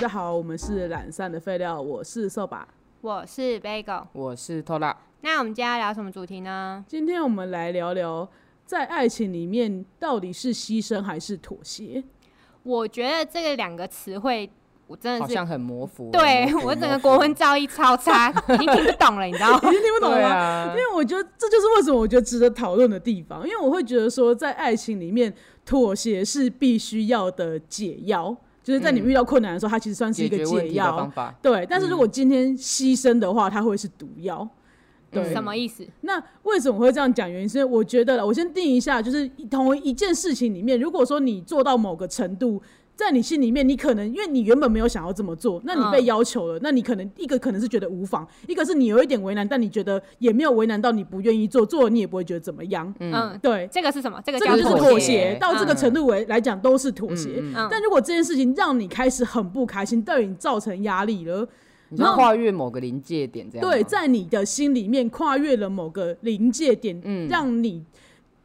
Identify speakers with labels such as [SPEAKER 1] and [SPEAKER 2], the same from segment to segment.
[SPEAKER 1] 家好，我们是懒散的废料，我是扫把。
[SPEAKER 2] 我是 Bagel。
[SPEAKER 3] 我是透拉，
[SPEAKER 2] 那我们今天要聊什么主题呢？
[SPEAKER 1] 今天我们来聊聊，在爱情里面到底是牺牲还是妥协？
[SPEAKER 2] 我觉得这个两个词汇，我真
[SPEAKER 3] 好
[SPEAKER 2] 的是
[SPEAKER 3] 像很模糊。
[SPEAKER 2] 对
[SPEAKER 3] 模糊
[SPEAKER 2] 我整个
[SPEAKER 3] 模糊
[SPEAKER 2] 国文造诣超 差，已经听不懂了，你知道吗
[SPEAKER 1] 已？经听不懂了
[SPEAKER 3] 对
[SPEAKER 1] 吗？
[SPEAKER 3] 啊
[SPEAKER 1] 因，为我觉得这就是为什么我觉得值得讨论的地方，因为我会觉得说，在爱情里面，妥协是必须要的解药，就是在你遇到困难的时候，它其实算是一
[SPEAKER 3] 嗯解
[SPEAKER 1] 个
[SPEAKER 3] 决问
[SPEAKER 1] 解
[SPEAKER 3] 题的方
[SPEAKER 1] 药。
[SPEAKER 3] 法。嗯
[SPEAKER 1] 对，但是如果今天牺牲的话，它会是毒药。对
[SPEAKER 2] 什么意思？
[SPEAKER 1] 那为什么会这样讲？原因是因为我觉得啦，我先定一下，就是同一件事情里面，如果说你做到某个程度，在你心里面，你可能因为你原本没有想要这么做，那你被
[SPEAKER 2] 嗯
[SPEAKER 1] 要求了，那你可能一个可能是觉得无妨，一个是你有一点为难，但你觉得也没有为难到你不愿意做，做了你也不会觉得怎么样。
[SPEAKER 2] 嗯，
[SPEAKER 1] 对，
[SPEAKER 2] 这个是什么？这个
[SPEAKER 1] 这
[SPEAKER 2] 叫
[SPEAKER 1] 个就是
[SPEAKER 3] 妥
[SPEAKER 1] 妥
[SPEAKER 3] 协
[SPEAKER 1] 协，到这个
[SPEAKER 3] 嗯
[SPEAKER 1] 程度为来讲都是妥协。
[SPEAKER 3] 嗯嗯
[SPEAKER 2] 嗯
[SPEAKER 1] 但如果这件事情让你开始很不开心，对你造成压力了，
[SPEAKER 3] 你就跨越某个临界点，这样吗
[SPEAKER 1] 对，在你的心里面跨越了某个临界点，
[SPEAKER 3] 嗯
[SPEAKER 1] 让你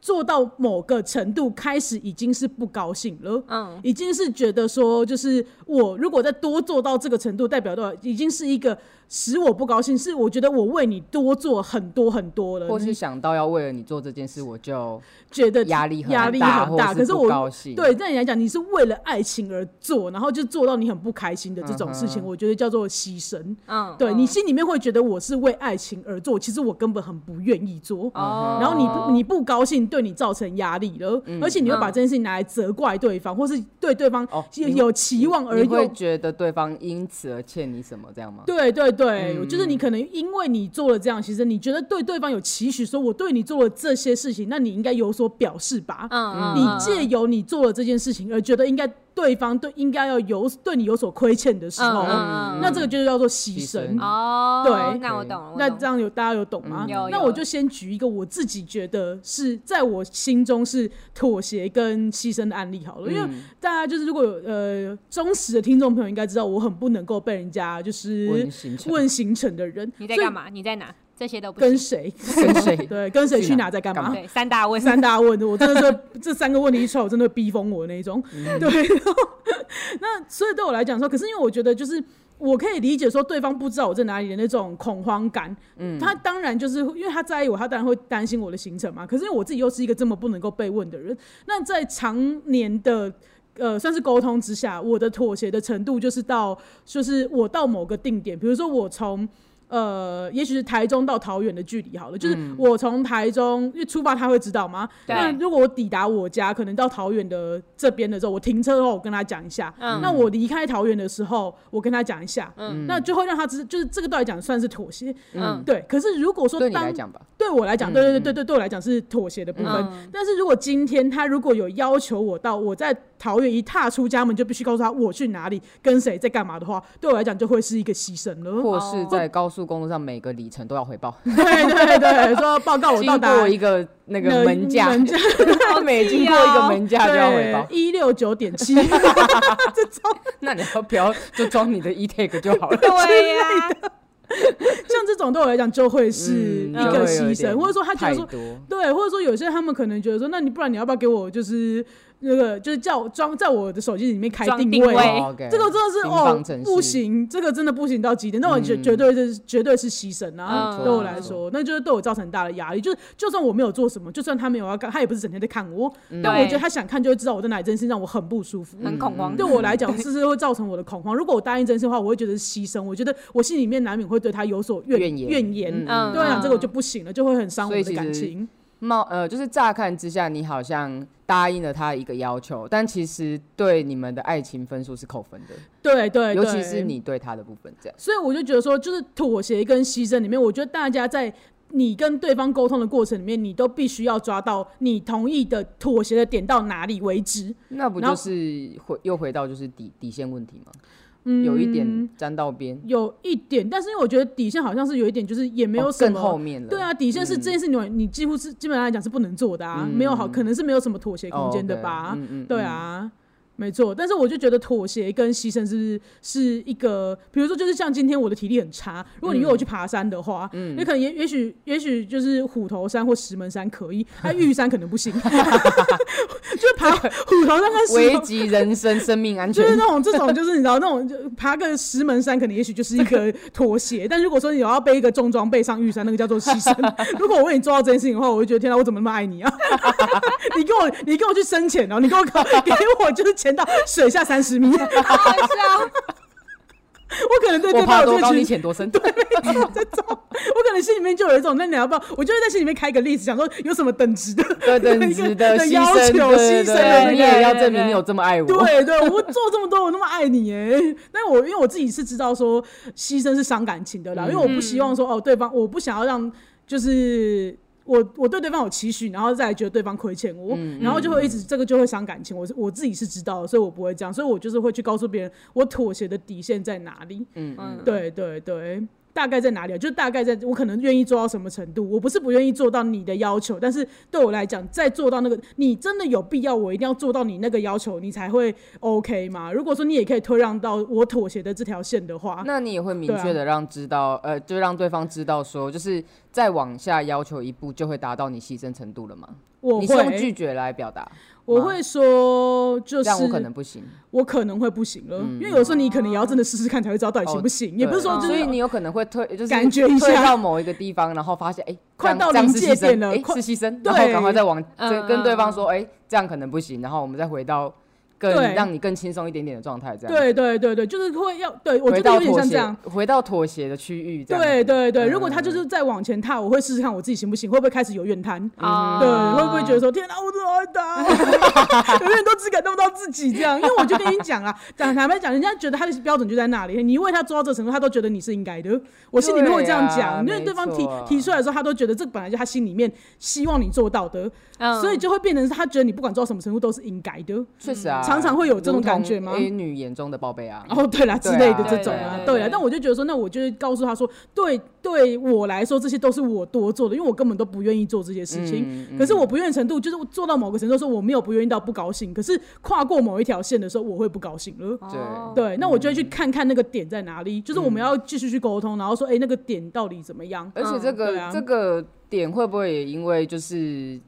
[SPEAKER 1] 做到某个程度，开始已经是不高兴了。
[SPEAKER 2] 嗯，
[SPEAKER 1] 已经是觉得说，就是我如果再多做到这个程度，代表到已经是一个使我不高兴，是我觉得我为你多做很多很多了，
[SPEAKER 3] 或是
[SPEAKER 1] 你
[SPEAKER 3] 想到要为了你做这件事，我就
[SPEAKER 1] 觉得
[SPEAKER 3] 压力很
[SPEAKER 1] 压力
[SPEAKER 3] 大，
[SPEAKER 1] 很
[SPEAKER 3] 或
[SPEAKER 1] 大。可
[SPEAKER 3] 是不
[SPEAKER 1] 我
[SPEAKER 3] 高兴。
[SPEAKER 1] 对，在你来讲，你是为了爱情而做，然后就做到你很不开心的这种事情，
[SPEAKER 3] 嗯哼
[SPEAKER 1] 我觉得叫做牺牲。
[SPEAKER 2] 嗯，
[SPEAKER 1] 对你
[SPEAKER 2] 嗯
[SPEAKER 1] 心里面会觉得我是为爱情而做，其实我根本很不愿意做。
[SPEAKER 2] 哦，
[SPEAKER 1] 然后你不你不高兴，对你造成压力了，而且你会把
[SPEAKER 2] 嗯
[SPEAKER 1] 这件事情拿来责怪对方，或是对对方
[SPEAKER 3] 哦
[SPEAKER 1] 有
[SPEAKER 3] 你
[SPEAKER 1] 有期望而
[SPEAKER 3] 你会
[SPEAKER 1] 又。
[SPEAKER 3] 觉得对方因此而欠你什么，这样吗？
[SPEAKER 1] 对对对，
[SPEAKER 2] 嗯
[SPEAKER 1] 就是你可能因为你做了这样，其实你觉得对对方有期许，说我对你做了这些事情，那你应该有所表示吧？
[SPEAKER 2] 嗯，嗯
[SPEAKER 1] 你
[SPEAKER 2] 嗯
[SPEAKER 1] 借由你做了这件事情而觉得应该对方对应该要有对你有所亏欠的时候，
[SPEAKER 2] 嗯嗯嗯
[SPEAKER 1] 那这个就叫做牺
[SPEAKER 3] 牺
[SPEAKER 1] 牲。
[SPEAKER 3] 牲
[SPEAKER 2] 哦，
[SPEAKER 1] 对
[SPEAKER 2] 那我懂了，我
[SPEAKER 1] 那
[SPEAKER 2] 懂
[SPEAKER 1] 这样有大家有懂吗？
[SPEAKER 2] 嗯有
[SPEAKER 1] 那
[SPEAKER 2] 有
[SPEAKER 1] 我就先举一个我自己觉得是在我心中是妥协跟牺牲的案例好了，
[SPEAKER 2] 嗯
[SPEAKER 1] 因为
[SPEAKER 3] 嗯
[SPEAKER 1] 大家就是如果有呃忠实的听众朋友应该知道，我很不能够被人家就是
[SPEAKER 3] 问行程
[SPEAKER 1] 问行程的人，
[SPEAKER 2] 你在
[SPEAKER 1] 所以
[SPEAKER 2] 干嘛？你在哪？这些都不
[SPEAKER 1] 跟
[SPEAKER 2] 是
[SPEAKER 1] 谁？
[SPEAKER 3] 跟谁？
[SPEAKER 1] 对，跟谁
[SPEAKER 3] 去
[SPEAKER 1] 去
[SPEAKER 3] 哪
[SPEAKER 1] 哪在干
[SPEAKER 3] 干
[SPEAKER 1] 嘛
[SPEAKER 3] 嘛？
[SPEAKER 2] 对三大问，
[SPEAKER 1] 三大问，我真的是这三个问题一出来，我真的逼疯我那一种。对，然后那所以对我来讲说，可是因为我觉得就是。我可以理解说对方不知道我在哪里的那种恐慌感，嗯，他当然就是因为他在意我，他当然会担心我的行程嘛。可是因为我自己又是一个这么不能够被问的人，那在常年的呃算是沟通之下，我的妥协的程度就是到就是我到某个定点，比如说我从呃，也许是台中到桃园的距离好了，就是
[SPEAKER 3] 嗯
[SPEAKER 1] 我从台中，因为出发他会知道吗？
[SPEAKER 2] 对
[SPEAKER 1] 那如果我抵达我家，可能到桃园的这边的时候，我停车的话，我跟他讲一下。
[SPEAKER 2] 嗯
[SPEAKER 1] 那我离开桃园的时候，我跟他讲一下。
[SPEAKER 2] 嗯
[SPEAKER 1] 那就会让他知，就是这个对我来讲算是妥协。
[SPEAKER 2] 嗯
[SPEAKER 1] 对，可是如果说
[SPEAKER 3] 对你
[SPEAKER 1] 当
[SPEAKER 3] 来讲吧，
[SPEAKER 1] 对我来讲，
[SPEAKER 3] 嗯
[SPEAKER 1] 对对对对对，对我来讲是妥协的部分。
[SPEAKER 2] 嗯
[SPEAKER 1] 但是如果今天他如果有要求我到我在桃园一踏出家门就必须告诉他我去哪里、跟谁在干嘛的话，对我来讲就会是一个牺牲了。
[SPEAKER 3] 或是在高速公路上每个里程都要回报，
[SPEAKER 1] 对对对，说报告我哦到
[SPEAKER 3] 经
[SPEAKER 1] 达
[SPEAKER 3] 过一个那个门架，
[SPEAKER 1] 门架哦
[SPEAKER 3] 每经过一个门架就要回报
[SPEAKER 1] 对。一六九点 七，
[SPEAKER 3] 那你要不要就装你的 e take 就好了？
[SPEAKER 2] 对呀，
[SPEAKER 1] 像这种对我来讲就会 是一
[SPEAKER 3] 嗯
[SPEAKER 1] 个牺牲，
[SPEAKER 3] 就会有点
[SPEAKER 1] 或者说他觉得说
[SPEAKER 3] 太多
[SPEAKER 1] 对，或者说有些他们可能觉得说，那你不然你要不要给我就是那个就是叫我装在我的手机里面开
[SPEAKER 2] 装
[SPEAKER 1] 定
[SPEAKER 2] 定
[SPEAKER 1] 位？
[SPEAKER 2] 位
[SPEAKER 3] 哦，OK
[SPEAKER 1] 这个真的是
[SPEAKER 3] 平方
[SPEAKER 1] 哦
[SPEAKER 3] 程，式
[SPEAKER 1] 不行，这个真的不行到极点。那我绝
[SPEAKER 3] 嗯
[SPEAKER 1] 绝对是绝对是牺牲啊，
[SPEAKER 2] 嗯
[SPEAKER 1] 对我来说，那就是对我造成很大的压力。就是就算我没有做什么，就算他没有要看，他也不是整天在看我，但我
[SPEAKER 2] 对
[SPEAKER 1] 觉得他想看就会知道我在哪里，真是让我很不舒服。
[SPEAKER 2] 很恐慌，
[SPEAKER 1] 嗯对我来讲，这是会造成我的恐慌。如果我答应真心的话，我会觉得是牺牲。我觉得我心里面难免会对他有所怨
[SPEAKER 3] 怨言
[SPEAKER 1] 怨言。
[SPEAKER 2] 嗯
[SPEAKER 1] 对我来啊讲，这个我
[SPEAKER 2] 嗯
[SPEAKER 1] 就不行了，就会很伤我
[SPEAKER 3] 所以
[SPEAKER 1] 的
[SPEAKER 3] 其
[SPEAKER 1] 感
[SPEAKER 3] 实
[SPEAKER 1] 情。
[SPEAKER 3] 冒呃，就是乍看之下，你好像答应了他一个要求，但其实对你们的爱情分数是扣分的，
[SPEAKER 1] 对对，
[SPEAKER 3] 尤
[SPEAKER 1] 对
[SPEAKER 3] 其是，你对他的部分，这样。
[SPEAKER 1] 所以我就觉得说，就是妥协跟牺牲里面，我觉得大家在你跟对方沟通的过程里面，你都必须要抓到你同意的妥协的点到哪里为止。
[SPEAKER 3] 那不
[SPEAKER 1] 然
[SPEAKER 3] 就
[SPEAKER 1] 后
[SPEAKER 3] 是回又回到就是底底线问题吗？嗯
[SPEAKER 1] 嗯
[SPEAKER 3] 有一点沾到边，
[SPEAKER 1] 有一点，但是因为我觉得底线好像是有一点，就是也没有
[SPEAKER 3] 哦
[SPEAKER 1] 什
[SPEAKER 3] 更
[SPEAKER 1] 么。
[SPEAKER 3] 后面了。嗯
[SPEAKER 1] 对啊，底线是这件事你，你几乎是基本上来讲是不能做的啊，没有好，可能是没有什么妥协
[SPEAKER 3] 哦
[SPEAKER 1] 空间的
[SPEAKER 3] ，OK，
[SPEAKER 1] 吧？
[SPEAKER 3] 嗯嗯，
[SPEAKER 1] 对
[SPEAKER 3] 嗯，
[SPEAKER 1] 啊，没错，但是我就觉得妥协跟牺牲是是一个，比如说就是像今天我的体力很差，如果你约我去爬山的话，嗯，你可能也也许也许就是虎头山或石门山可以，那、玉山可能不 行， 就是爬虎头山跟石
[SPEAKER 3] 嗯危
[SPEAKER 1] 门。
[SPEAKER 3] 及人身生命安
[SPEAKER 1] 就
[SPEAKER 3] 全。
[SPEAKER 1] 是那种这种，就是你知道那种就爬个石门山，可能也许就是一个妥协。但如果说你有要背一个重装备上玉山，那个叫做牺牲。如果我为你做到这件事情的话，我会觉得天哪，我怎么那么爱你啊！ 你跟我你跟我去深潜哦，你跟我搞给我就是潜到水下三十米，我
[SPEAKER 2] 好好笑，
[SPEAKER 1] 可能对
[SPEAKER 3] 我
[SPEAKER 1] 对
[SPEAKER 3] 爬
[SPEAKER 1] 方有
[SPEAKER 3] 多
[SPEAKER 1] 这
[SPEAKER 3] 高，
[SPEAKER 1] 个
[SPEAKER 3] 你
[SPEAKER 1] 群
[SPEAKER 3] 潜多深。
[SPEAKER 1] 这种， 我可能心里面就有一种，那你要不要？我就会在心里面开个例子，想说有什么等值的
[SPEAKER 3] 对等值的
[SPEAKER 1] 的
[SPEAKER 3] 牺
[SPEAKER 1] 要
[SPEAKER 3] 牲，
[SPEAKER 1] 求
[SPEAKER 3] 对对
[SPEAKER 1] 牺牲的那
[SPEAKER 3] 对，
[SPEAKER 1] 个
[SPEAKER 3] 你也要证
[SPEAKER 2] 对
[SPEAKER 3] 明
[SPEAKER 2] 对
[SPEAKER 3] 你有这么爱我。
[SPEAKER 1] 对对，我做这么多，我那么爱你耶。但我因为我自己是知道说牺牲是伤感情的啦，因为我不希望说哦，对方我不想要让就是。我我对对方有期许，然后再来觉得对方亏欠我，然后就会一直这个就会伤感情。我是我自己是知道的，所以我不会这样，所以我就是会去告诉别人我妥协的底线在哪里。
[SPEAKER 2] 嗯，
[SPEAKER 1] 对对对，大概在哪里啊？就大概在我可能愿意做到什么程度。我不是不愿意做到你的要求，但是对我来讲，再做到那个，你真的有必要，我一定要做到你那个要求，你才会 OK 吗？如果说你也可以退让到我妥协的这条线的话，
[SPEAKER 3] 那你也会明
[SPEAKER 1] 对啊
[SPEAKER 3] 确的让知道，呃，就让对方知道说，就是再往下要求一步，就会达到你牺牲程度了吗？
[SPEAKER 1] 我
[SPEAKER 3] 你是用
[SPEAKER 1] 会
[SPEAKER 3] 拒绝来表达，
[SPEAKER 1] 我
[SPEAKER 3] 吗
[SPEAKER 1] 会说，就
[SPEAKER 3] 这
[SPEAKER 1] 是
[SPEAKER 3] 样我可能不行，
[SPEAKER 1] 我可能会不行了，因为有时候你可能也要真的试试看才会知道到底行不行，也不是说
[SPEAKER 3] 哦对
[SPEAKER 1] 就是
[SPEAKER 3] 所以你有可能会退，就是
[SPEAKER 1] 感觉一下
[SPEAKER 3] 退到某一个地方，然后发现哎，
[SPEAKER 1] 快
[SPEAKER 3] 这样
[SPEAKER 1] 到
[SPEAKER 3] 这样
[SPEAKER 1] 临
[SPEAKER 3] 是
[SPEAKER 1] 界
[SPEAKER 3] 牺牲
[SPEAKER 1] 点了
[SPEAKER 3] 哎，
[SPEAKER 1] 快
[SPEAKER 3] 是牺牲，
[SPEAKER 1] 对
[SPEAKER 3] 然后赶快再往
[SPEAKER 2] 嗯
[SPEAKER 3] 这跟对方说，哎，这样可能不行，然后我们再回到
[SPEAKER 1] 对
[SPEAKER 3] 更让你更轻松一点点的状态，这样
[SPEAKER 1] 对对对对，就是会要对我
[SPEAKER 3] 回
[SPEAKER 1] 觉得有
[SPEAKER 3] 到
[SPEAKER 1] 点
[SPEAKER 3] 妥
[SPEAKER 1] 像这样
[SPEAKER 3] 协，，回到妥协的区域，这样
[SPEAKER 1] 对
[SPEAKER 3] 子嗯
[SPEAKER 1] 对对，如果他就是再往前踏，我会试试看我自己行不行，会不会开始有怨叹？
[SPEAKER 2] 啊
[SPEAKER 1] 对，会不会觉得说天哪，我怎么会打？永远都只感动到自己这样，因为我就跟你讲啦，讲坦白讲，人家觉得他的标准就在那里，你为他做到这程度，他都觉得你是应该的。我心里面会这样
[SPEAKER 3] 对啊
[SPEAKER 1] 讲，因为对方
[SPEAKER 3] 没
[SPEAKER 1] 提
[SPEAKER 3] 错
[SPEAKER 1] 提出来的时候，他都觉得这本来就他心里面希望你做到的，
[SPEAKER 2] 嗯
[SPEAKER 1] 所以就会变成是他觉得你不管做到什么程度都是应该的。
[SPEAKER 3] 确实啊，
[SPEAKER 1] 嗯常常会有这种
[SPEAKER 3] 如同
[SPEAKER 1] 感觉吗
[SPEAKER 3] ？A 女眼中的宝贝啊，
[SPEAKER 1] 哦，对啦，之
[SPEAKER 3] 对啊
[SPEAKER 1] 类的这种
[SPEAKER 2] 对
[SPEAKER 1] 啊
[SPEAKER 2] 对，
[SPEAKER 1] 对啦
[SPEAKER 2] 对。
[SPEAKER 1] 但我就觉得说，那我就是告诉他说，对，对我来说，这些都是我多做的，因为我根本都不愿意做这些事情。
[SPEAKER 3] 嗯
[SPEAKER 1] 可是我不愿意的程度，就是做到某个程度，说我没有不愿意到不高兴，可是跨过某一条线的时候，我会不高兴了。
[SPEAKER 3] 对
[SPEAKER 2] 哦
[SPEAKER 1] 对，那我就会去
[SPEAKER 3] 嗯
[SPEAKER 1] 看看那个点在哪里，就是我们要继续去沟通，然后说，哎、那个点到底怎么样？
[SPEAKER 3] 而且这
[SPEAKER 1] 嗯对
[SPEAKER 3] 个、
[SPEAKER 1] 啊
[SPEAKER 3] 这个点会不会也因为就是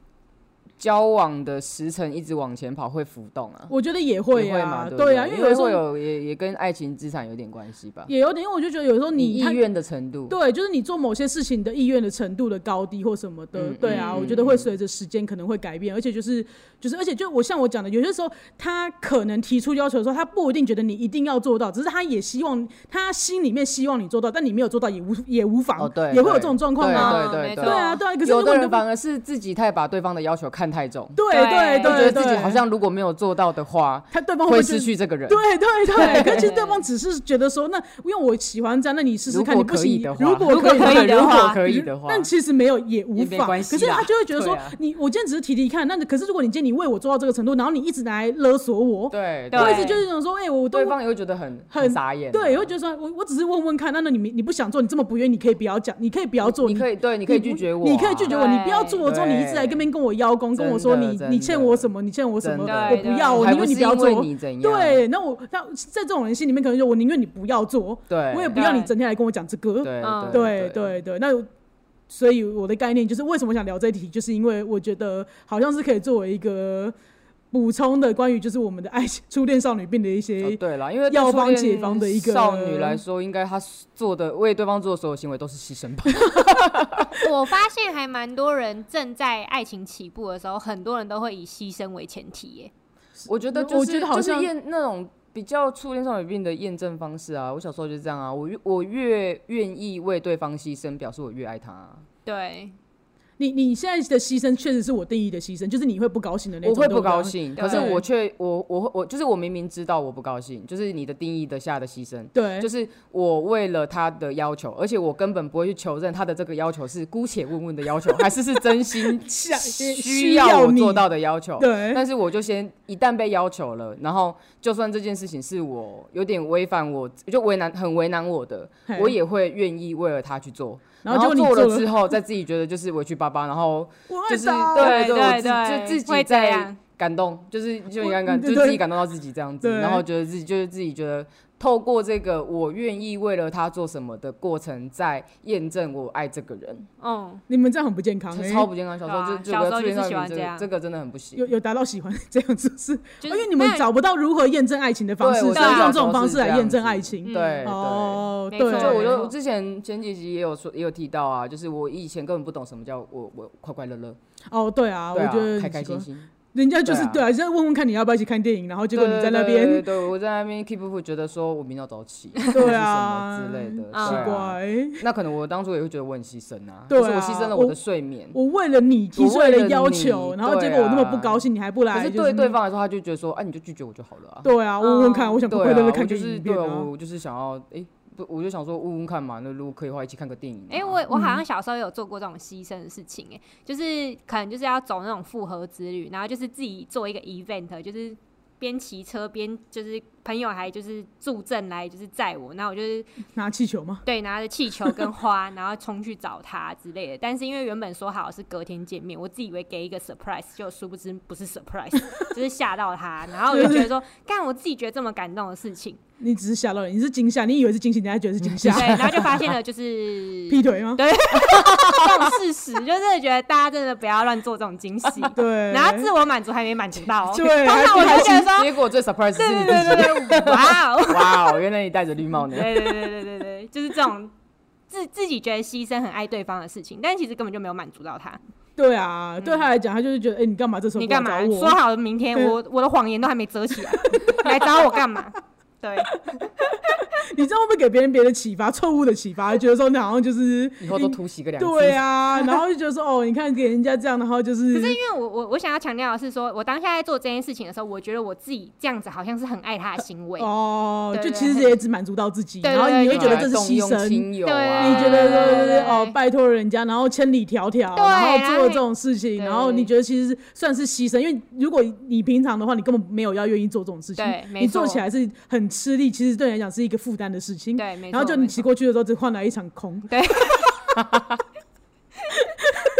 [SPEAKER 3] 交往的时辰一直往前跑会浮动啊？
[SPEAKER 1] 我觉得也会
[SPEAKER 3] 也会嘛
[SPEAKER 1] 啊，
[SPEAKER 3] 对不
[SPEAKER 1] 对啊，
[SPEAKER 3] 因
[SPEAKER 1] 因为有时
[SPEAKER 3] 会
[SPEAKER 1] 候
[SPEAKER 3] 有也也跟爱情资产有点关系吧？
[SPEAKER 1] 也有点，因为我就觉得有时候
[SPEAKER 3] 你
[SPEAKER 1] 你
[SPEAKER 3] 意
[SPEAKER 1] 他
[SPEAKER 3] 愿的程度，
[SPEAKER 1] 对，就是你做某些事情的意愿的程度的高低或什么的，
[SPEAKER 3] 嗯
[SPEAKER 1] 对啊，
[SPEAKER 3] 嗯
[SPEAKER 1] 我觉得会随着时间可能会改变，而且就是就是，而且就我像我讲的，有些时候他可能提出要求的时候，他不一定觉得你一定要做到，只是他也希望他心里面希望你做到，但你没有做到也无也无妨，
[SPEAKER 3] 哦对，
[SPEAKER 1] 啊也会有
[SPEAKER 3] 对
[SPEAKER 1] 这种状况啊。
[SPEAKER 3] 对对
[SPEAKER 2] 没
[SPEAKER 1] 对
[SPEAKER 3] 对对
[SPEAKER 2] 错
[SPEAKER 1] 啊，对啊，可是如
[SPEAKER 3] 有
[SPEAKER 1] 果
[SPEAKER 3] 的
[SPEAKER 1] 你都
[SPEAKER 3] 人
[SPEAKER 1] 不
[SPEAKER 3] 反而是自己太把对方的要求看太重，
[SPEAKER 1] 对对
[SPEAKER 2] 对都
[SPEAKER 3] 就觉
[SPEAKER 1] 对
[SPEAKER 3] 得
[SPEAKER 1] 对，
[SPEAKER 3] 自己好像如果没有做到的话，
[SPEAKER 1] 他对方会不
[SPEAKER 3] 会
[SPEAKER 1] 会觉
[SPEAKER 3] 失
[SPEAKER 1] 得
[SPEAKER 3] 去这个人。
[SPEAKER 1] 对对对，
[SPEAKER 2] 对
[SPEAKER 1] 可是其实对方只是觉得说，那因为我喜欢这样，那你试试
[SPEAKER 3] 如
[SPEAKER 1] 看，
[SPEAKER 3] 果
[SPEAKER 1] 你不
[SPEAKER 3] 可以
[SPEAKER 1] 行
[SPEAKER 3] 的，话
[SPEAKER 1] 如果
[SPEAKER 2] 如果可以的
[SPEAKER 1] 如
[SPEAKER 2] 话
[SPEAKER 1] 果
[SPEAKER 3] 可以的话
[SPEAKER 1] 但其实没有也无
[SPEAKER 3] 也没
[SPEAKER 1] 妨。
[SPEAKER 3] 关系
[SPEAKER 1] 可是他
[SPEAKER 3] 啦
[SPEAKER 1] 就会觉得说
[SPEAKER 3] 对啊，
[SPEAKER 1] 你我今天只是提提看，那可是如果你今天你为我做到这个程度，然后你一直拿来勒索我，
[SPEAKER 3] 对
[SPEAKER 2] 对
[SPEAKER 1] 我一直就是那种说，哎，我都
[SPEAKER 3] 对方也会觉得很
[SPEAKER 1] 很
[SPEAKER 3] 很傻眼啊，
[SPEAKER 1] 对，也会觉得说我我只是问问看，那那你没你不想做，你这么不愿意，你可以不要讲，你可以不要做，
[SPEAKER 3] 你可以对，你可以拒绝我啊，
[SPEAKER 1] 你可以拒绝我，你不要
[SPEAKER 2] 对
[SPEAKER 1] 做了之后，你一直来跟边跟我邀功，跟我说
[SPEAKER 3] 真的
[SPEAKER 1] 你
[SPEAKER 3] 真的
[SPEAKER 1] 你欠我什么，你欠我什么，
[SPEAKER 3] 真的
[SPEAKER 1] 我不要，我
[SPEAKER 3] 还
[SPEAKER 1] 宁
[SPEAKER 3] 不
[SPEAKER 1] 愿
[SPEAKER 3] 是
[SPEAKER 1] 你不要
[SPEAKER 3] 因为
[SPEAKER 1] 做。
[SPEAKER 3] 你怎样？
[SPEAKER 1] 对，那我那在这种人心里面，可能就我宁愿你不要做，
[SPEAKER 3] 对，
[SPEAKER 1] 我也不要你整天来跟我讲这
[SPEAKER 3] 对
[SPEAKER 1] 个。
[SPEAKER 3] 对
[SPEAKER 2] 嗯
[SPEAKER 1] 对对对，那所以我的概念就是，为什么想聊这一题，就是因为我觉得好像是可以作为一个补充的，关于就是我们的爱情初恋少女病的一
[SPEAKER 3] 哦
[SPEAKER 1] 些。
[SPEAKER 3] 对啦，因为
[SPEAKER 1] 药方
[SPEAKER 3] 对
[SPEAKER 1] 解方的一个
[SPEAKER 3] 少女来说，应该她做的为对方做的所有行为都是牺牲 吧？
[SPEAKER 2] 我发现还蛮多人正在爱情起步的时候，很多人都会以牺牲为前提耶。
[SPEAKER 3] 我觉得
[SPEAKER 1] 我
[SPEAKER 3] 就是
[SPEAKER 1] 觉得好像
[SPEAKER 3] 就是验那种比较初恋少女病的验证方式啊。我小时候就是这样啊，我越我越愿意为对方牺牲，表示我越爱他啊、
[SPEAKER 2] 对，
[SPEAKER 1] 你你现在的牺牲确实是我定义的牺牲，就是你会不高兴的那
[SPEAKER 3] 我
[SPEAKER 1] 种。
[SPEAKER 3] 会
[SPEAKER 1] 对
[SPEAKER 3] 不
[SPEAKER 1] 对
[SPEAKER 3] 高。兴，可是
[SPEAKER 2] 对
[SPEAKER 3] 我却我我会我就是我明明知道我不高兴，就是你的定义的下的牺牲。
[SPEAKER 1] 对，
[SPEAKER 3] 就是我为了他的要求，而且我根本不会去求证他的这个要求是姑且问问的要求，还是是真 心
[SPEAKER 1] 想
[SPEAKER 3] 需要我
[SPEAKER 1] 你
[SPEAKER 3] 做。到的要求。
[SPEAKER 1] 对，
[SPEAKER 3] 但是我就先一旦被要求了，然后就算这件事情是我有点违反我，就为难很为难我的，
[SPEAKER 1] 嘿
[SPEAKER 3] 我也会愿意为了他去做。
[SPEAKER 1] 然后结果你
[SPEAKER 3] 做
[SPEAKER 1] 做
[SPEAKER 3] 了
[SPEAKER 1] 了
[SPEAKER 3] 之后，再自己觉得就是委屈巴巴，然后
[SPEAKER 1] 我爱
[SPEAKER 3] 就是
[SPEAKER 1] 打
[SPEAKER 3] 对
[SPEAKER 2] 对
[SPEAKER 3] 我自
[SPEAKER 2] 对
[SPEAKER 3] 就自己
[SPEAKER 2] 会这
[SPEAKER 3] 在
[SPEAKER 2] 样
[SPEAKER 3] 感动，就是就你
[SPEAKER 1] 我
[SPEAKER 3] 刚刚
[SPEAKER 1] 对
[SPEAKER 3] 就是
[SPEAKER 1] 对
[SPEAKER 3] 自己感动到自己这样子，
[SPEAKER 1] 对
[SPEAKER 3] 然后觉得自己就是自己觉得透过这个我愿意为了他做什么的过程，在验证我爱这个人，
[SPEAKER 2] 嗯，
[SPEAKER 1] 你们这样很不健康、欸，
[SPEAKER 3] 超不健康。小时候
[SPEAKER 2] 对
[SPEAKER 3] 就
[SPEAKER 2] 啊
[SPEAKER 3] 就
[SPEAKER 2] 小
[SPEAKER 3] 不
[SPEAKER 2] 时候
[SPEAKER 3] 要出
[SPEAKER 2] 就是
[SPEAKER 3] 现
[SPEAKER 2] 喜欢
[SPEAKER 3] 这
[SPEAKER 2] 这
[SPEAKER 3] 个
[SPEAKER 2] 样
[SPEAKER 3] 这个真的很不行
[SPEAKER 1] 有。有达到喜欢 这样子是，
[SPEAKER 2] 就
[SPEAKER 1] 因
[SPEAKER 3] 哦
[SPEAKER 2] 是
[SPEAKER 1] 为你们
[SPEAKER 2] 没有
[SPEAKER 1] 找不到如何验证爱情的方式，
[SPEAKER 3] 对我
[SPEAKER 1] 所以
[SPEAKER 2] 知道
[SPEAKER 1] 用这种方
[SPEAKER 3] 是
[SPEAKER 1] 式
[SPEAKER 3] 这
[SPEAKER 1] 来
[SPEAKER 3] 样
[SPEAKER 1] 验证
[SPEAKER 3] 子
[SPEAKER 1] 爱情。
[SPEAKER 2] 嗯
[SPEAKER 3] 对对。
[SPEAKER 1] 哦，
[SPEAKER 2] 没
[SPEAKER 1] 对，
[SPEAKER 2] 错
[SPEAKER 3] 就我
[SPEAKER 2] 没
[SPEAKER 3] 就
[SPEAKER 2] 错
[SPEAKER 3] 我之前前几集也有说也有提到啊，就是我以前根本不懂什么叫我我快快乐乐，
[SPEAKER 1] 哦，对啊，
[SPEAKER 3] 对
[SPEAKER 1] 我觉
[SPEAKER 3] 啊，
[SPEAKER 1] 得
[SPEAKER 3] 开
[SPEAKER 1] 很
[SPEAKER 3] 开
[SPEAKER 1] 奇怪
[SPEAKER 3] 心心。
[SPEAKER 1] 人家就是
[SPEAKER 3] 对
[SPEAKER 1] 对啊，人家问问看你要不要一起看电影，然后结果你在那
[SPEAKER 3] 对对对
[SPEAKER 1] 边，
[SPEAKER 3] 对，我在那边 keep up 觉得说我明天要早起，
[SPEAKER 1] 对啊
[SPEAKER 3] 或是什么之类的，对
[SPEAKER 2] 啊
[SPEAKER 1] 奇
[SPEAKER 3] 啊。
[SPEAKER 1] 怪，
[SPEAKER 3] 那可能我当初也会觉得我很牺牲啊，
[SPEAKER 1] 对啊
[SPEAKER 3] 就是我牺牲了我的睡眠。
[SPEAKER 1] 我为了你提出来的要求，
[SPEAKER 3] 我为了你啊
[SPEAKER 1] 然后结果我那么不高兴，你还不
[SPEAKER 3] 可
[SPEAKER 1] 来，
[SPEAKER 3] 是
[SPEAKER 1] 就
[SPEAKER 3] 对对方来说，他就觉得说，哎、你就拒绝我就好了啊。
[SPEAKER 1] 对啊，问问看，我想快
[SPEAKER 3] 对
[SPEAKER 1] 快乐乐
[SPEAKER 3] 啊，我
[SPEAKER 1] 看
[SPEAKER 3] 就
[SPEAKER 1] 电影一
[SPEAKER 3] 是对
[SPEAKER 1] 遍
[SPEAKER 3] 啊，
[SPEAKER 1] 啊
[SPEAKER 3] 我。我就是想要，哎、不，我就想说问问看嘛，那如果可以的话，一起看个电影、啊。
[SPEAKER 2] 哎、我我好像小时候有做过这种牺牲的事情、哎、就是可能就是要走那种复合之旅，然后就是自己做一个 event，就是边骑车边就是朋友还就是助阵来就是载我，那我就是
[SPEAKER 1] 拿气球吗？
[SPEAKER 2] 对拿着气球跟花， 然后冲去找他之类的。但是因为原本说好是隔天见面，我自以为给一个 surprise，就殊不知不是 surprise，就是吓到他，然后我就觉得说，干我自己觉得这么感动的事情，
[SPEAKER 1] 你只是吓到人，你是惊吓，你以为是惊喜，你还觉得是惊吓
[SPEAKER 2] 对，，然后就发现 了就是
[SPEAKER 1] 劈腿吗？
[SPEAKER 2] 这种事实，就真的觉得大家真的不要乱做这种惊喜。
[SPEAKER 1] 对，
[SPEAKER 2] 然后自我满足还没满足到、哦，
[SPEAKER 1] 对
[SPEAKER 2] 通常我就觉得说，
[SPEAKER 3] 结果最 surprise 是你
[SPEAKER 2] 对
[SPEAKER 3] 自己。
[SPEAKER 2] 对对，哇哦，
[SPEAKER 3] 哇哦，原来你戴着绿帽呢。
[SPEAKER 2] 对对对对对对，就是这种自自己觉得牺牲很爱对方的事情，但其实根本就没有满足到他。
[SPEAKER 1] 对啊，对他来讲，他就是觉得，哎，你干嘛这时候
[SPEAKER 2] 嗯你
[SPEAKER 1] 过来
[SPEAKER 2] 干嘛？
[SPEAKER 1] 找我
[SPEAKER 2] 说好明 天，
[SPEAKER 1] 对
[SPEAKER 2] 我我的谎言都还没遮起来， 你来找我干嘛？对，
[SPEAKER 1] 你这样会不会给别人别的启发，错误的启发，觉得说你好像就是
[SPEAKER 3] 以后都突袭个两次。
[SPEAKER 1] 对啊，然后就觉得说哦，你看给人家这样，然后就是
[SPEAKER 2] 可是因为我我我想要强调的是说我当下在做这件事情的时候，我觉得我自己这样子好像是很爱他的行为，
[SPEAKER 1] 哦，
[SPEAKER 2] 对
[SPEAKER 1] 就
[SPEAKER 2] 对
[SPEAKER 1] 其实
[SPEAKER 2] 对
[SPEAKER 1] 也只满足到自己，
[SPEAKER 2] 对对
[SPEAKER 1] 然后你会
[SPEAKER 2] 对
[SPEAKER 1] 觉得这是
[SPEAKER 3] 动
[SPEAKER 1] 牺
[SPEAKER 3] 用
[SPEAKER 1] 牲，
[SPEAKER 3] 亲友啊，
[SPEAKER 2] 对
[SPEAKER 1] 你觉得
[SPEAKER 2] 对对
[SPEAKER 1] 说就是
[SPEAKER 2] 对
[SPEAKER 1] 哦拜托人家，然后千里迢迢，
[SPEAKER 2] 对
[SPEAKER 1] 然后
[SPEAKER 2] 然后
[SPEAKER 1] 做这种事情，
[SPEAKER 2] 对
[SPEAKER 1] 然后你觉得其实是算是牺牲，因为如果你平常的话，你根本没有要愿意做这种事情
[SPEAKER 2] 对，没
[SPEAKER 1] 你做
[SPEAKER 2] 错
[SPEAKER 1] 起来是很吃力，其实对你来讲是一个负担的事情。
[SPEAKER 2] 对，没错。
[SPEAKER 1] 然后就
[SPEAKER 2] 没
[SPEAKER 1] 你
[SPEAKER 2] 错
[SPEAKER 1] 骑过去的时候，只换来一场空。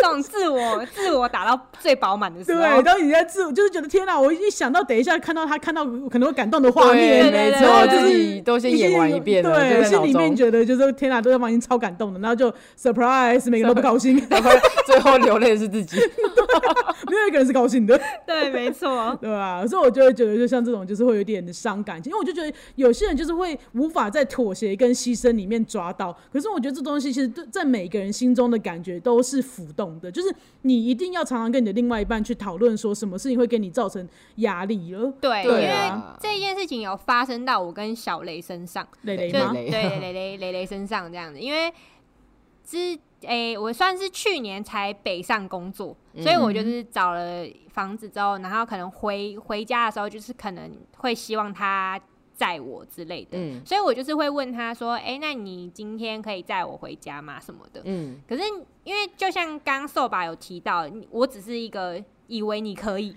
[SPEAKER 2] 这种自我自我打到最饱满的时
[SPEAKER 1] 对，
[SPEAKER 2] 候，
[SPEAKER 1] 然后你在自，就是觉得天哪！我一想到等一下看到他看到可能会感动的画面，
[SPEAKER 2] 对
[SPEAKER 3] 没
[SPEAKER 2] 对
[SPEAKER 3] 错，
[SPEAKER 2] 对
[SPEAKER 3] 自
[SPEAKER 2] 对
[SPEAKER 3] 己都先演完一遍了，
[SPEAKER 1] 对，
[SPEAKER 3] 就在
[SPEAKER 1] 心
[SPEAKER 3] 脑
[SPEAKER 1] 里面
[SPEAKER 3] 中，
[SPEAKER 1] 觉得就是天哪，对方已经超感动的，然后就 surprise，每个人都不高兴，没
[SPEAKER 3] 然后最后流泪的是自己。
[SPEAKER 1] 有一个人是高兴的，
[SPEAKER 2] 对，没错，
[SPEAKER 1] 对吧？所以我就会觉得，就像这种就是会有点伤感情，因为我就觉得有些人就是会无法在妥协跟牺牲里面抓到。可是我觉得这东西其实对在每个人心中的感觉都是浮动的，就是你一定要常常跟你的另外一半去讨论说什么事情会给你造成压力了，
[SPEAKER 2] 对，因
[SPEAKER 3] 对
[SPEAKER 2] 为
[SPEAKER 3] 啊
[SPEAKER 2] 这件事情有发生到我跟小雷身上，
[SPEAKER 1] 蕾蕾
[SPEAKER 2] 就
[SPEAKER 1] 吗？
[SPEAKER 3] 雷
[SPEAKER 2] 对雷雷雷雷身上这样子，因为之诶、我算是去年才北上工作，所以
[SPEAKER 1] 嗯
[SPEAKER 2] 我就是找了房子之后，然后可能回回家的时候，就是可能会希望他载我之类的，
[SPEAKER 3] 嗯
[SPEAKER 2] 所以我就是会问他说，诶、那你今天可以载我回家吗？什么的，
[SPEAKER 3] 嗯，
[SPEAKER 2] 可是因为就像刚刚瘦吧有提到，你我只是一个以为你可以，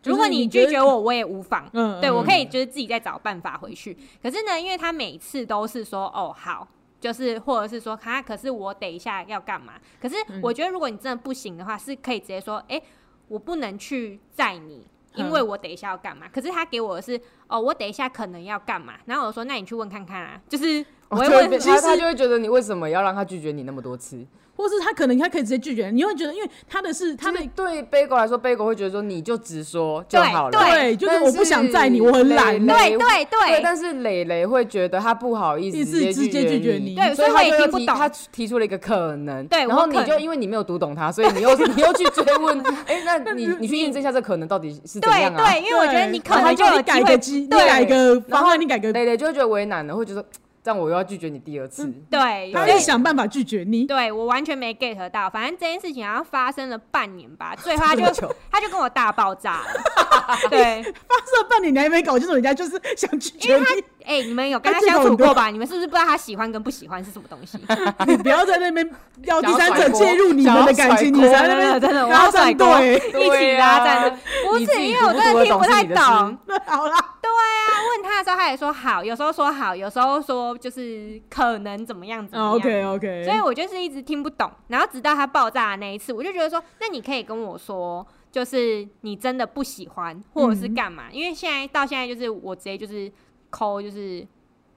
[SPEAKER 1] 就是
[SPEAKER 2] 如果
[SPEAKER 1] 你
[SPEAKER 2] 你
[SPEAKER 1] 觉
[SPEAKER 2] 拒
[SPEAKER 1] 得
[SPEAKER 2] 绝我，我也无妨。
[SPEAKER 1] 嗯，
[SPEAKER 2] 对，
[SPEAKER 1] 嗯
[SPEAKER 2] 我可以就是自己再找办法回去。可是呢，因为他每次都是说哦好，就是或者是说哈，可是我等一下要干嘛？可是我觉得如果你真的不行的话，是可以直接说，哎、我不能去载你，因为我等一下要干嘛。可是他给我的是哦，我等一下可能要干嘛。然后我说那你去问看看啊，就是我会问，
[SPEAKER 3] 他他哦就会觉得你为什么要让他拒绝你那么多次？
[SPEAKER 1] 或是他可能他可以直接拒绝，你会觉得因为他的是他
[SPEAKER 3] 他
[SPEAKER 1] 的
[SPEAKER 3] 们对 Bagel 来说，Bagel 会觉得说你就直说就好了。
[SPEAKER 2] 对
[SPEAKER 1] 对，就是我不想载你，
[SPEAKER 3] 但
[SPEAKER 1] 我
[SPEAKER 3] 是
[SPEAKER 1] 很懒。
[SPEAKER 3] 累
[SPEAKER 2] 对对
[SPEAKER 3] 对，
[SPEAKER 2] 对，
[SPEAKER 3] 但是磊磊会觉得他不好意
[SPEAKER 1] 意思
[SPEAKER 3] 思
[SPEAKER 1] 直接拒绝你
[SPEAKER 2] 对
[SPEAKER 3] 所
[SPEAKER 2] 所
[SPEAKER 3] 以
[SPEAKER 2] 以我
[SPEAKER 3] 他
[SPEAKER 2] 也
[SPEAKER 3] 就
[SPEAKER 2] 听
[SPEAKER 3] 提
[SPEAKER 2] 不懂
[SPEAKER 3] 他提出了一个可能，
[SPEAKER 2] 对
[SPEAKER 3] 然后
[SPEAKER 2] 我
[SPEAKER 3] 你
[SPEAKER 2] 可
[SPEAKER 3] 就
[SPEAKER 2] 能
[SPEAKER 3] 因为你没有读懂他，所以你又 你又去追问，哎，那你你去验证一下这可能到底是怎
[SPEAKER 2] 对
[SPEAKER 3] 样啊？
[SPEAKER 2] 对，因为我觉得
[SPEAKER 1] 对
[SPEAKER 2] 你可
[SPEAKER 1] 然后他
[SPEAKER 2] 能就
[SPEAKER 1] 叫
[SPEAKER 2] 有
[SPEAKER 1] 你
[SPEAKER 2] 机
[SPEAKER 1] 改
[SPEAKER 2] 会
[SPEAKER 1] 个机，你
[SPEAKER 2] 对
[SPEAKER 1] 改个方
[SPEAKER 3] 然后
[SPEAKER 1] 案，你改个，
[SPEAKER 3] 磊磊就会觉得为难了，会觉得这样我又要拒绝你第二
[SPEAKER 2] 嗯
[SPEAKER 3] 次，
[SPEAKER 2] 对，
[SPEAKER 1] 他
[SPEAKER 2] 所
[SPEAKER 1] 会
[SPEAKER 2] 以
[SPEAKER 1] 想办法拒绝你。
[SPEAKER 2] 对我完全没 get 到，反正这件事情好像发生了半年吧，最后他
[SPEAKER 3] 这么
[SPEAKER 2] 就
[SPEAKER 3] 久
[SPEAKER 2] 他就跟我大爆炸了。 对，
[SPEAKER 1] 发射半年你还没搞清楚，人家就是想拒绝你，
[SPEAKER 2] 哎、你们有跟
[SPEAKER 1] 他
[SPEAKER 2] 他
[SPEAKER 3] 啊
[SPEAKER 1] 借口
[SPEAKER 2] 相
[SPEAKER 1] 很
[SPEAKER 2] 处
[SPEAKER 1] 多
[SPEAKER 2] 过吧？你们是不是不知道他喜欢跟不喜欢是什么 东西？
[SPEAKER 1] 你不要在那边要第三
[SPEAKER 3] 想
[SPEAKER 1] 者
[SPEAKER 3] 要甩锅
[SPEAKER 1] 介入你们的感情，你
[SPEAKER 3] 想要
[SPEAKER 1] 才
[SPEAKER 3] 甩
[SPEAKER 1] 在那边
[SPEAKER 2] 真的，我
[SPEAKER 1] 拉
[SPEAKER 2] 要甩
[SPEAKER 1] 战
[SPEAKER 2] 锅，
[SPEAKER 1] 队。
[SPEAKER 2] 一起
[SPEAKER 3] 对
[SPEAKER 2] 拉
[SPEAKER 3] 啊
[SPEAKER 2] 战队。不
[SPEAKER 3] 你自
[SPEAKER 2] 是
[SPEAKER 3] 己
[SPEAKER 2] 因为
[SPEAKER 3] 读
[SPEAKER 2] 我
[SPEAKER 3] 不
[SPEAKER 2] 真
[SPEAKER 3] 读
[SPEAKER 2] 的
[SPEAKER 3] 得
[SPEAKER 2] 听
[SPEAKER 3] 懂
[SPEAKER 2] 不
[SPEAKER 3] 是
[SPEAKER 2] 太
[SPEAKER 3] 你的事
[SPEAKER 2] 懂。
[SPEAKER 1] 那好啦，
[SPEAKER 2] 对啊，问他的时候他也说好，有时候说好，有时候说就是可能怎么样
[SPEAKER 3] 哦
[SPEAKER 2] 怎么 样。
[SPEAKER 1] OK OK，
[SPEAKER 2] 所以我就是一直听不懂，然后直到他爆炸的那一次，我就觉得说，那你可以跟我说，就是你真的不喜欢，或者是干嘛？因为现在到现在就是我直接就是抠就是。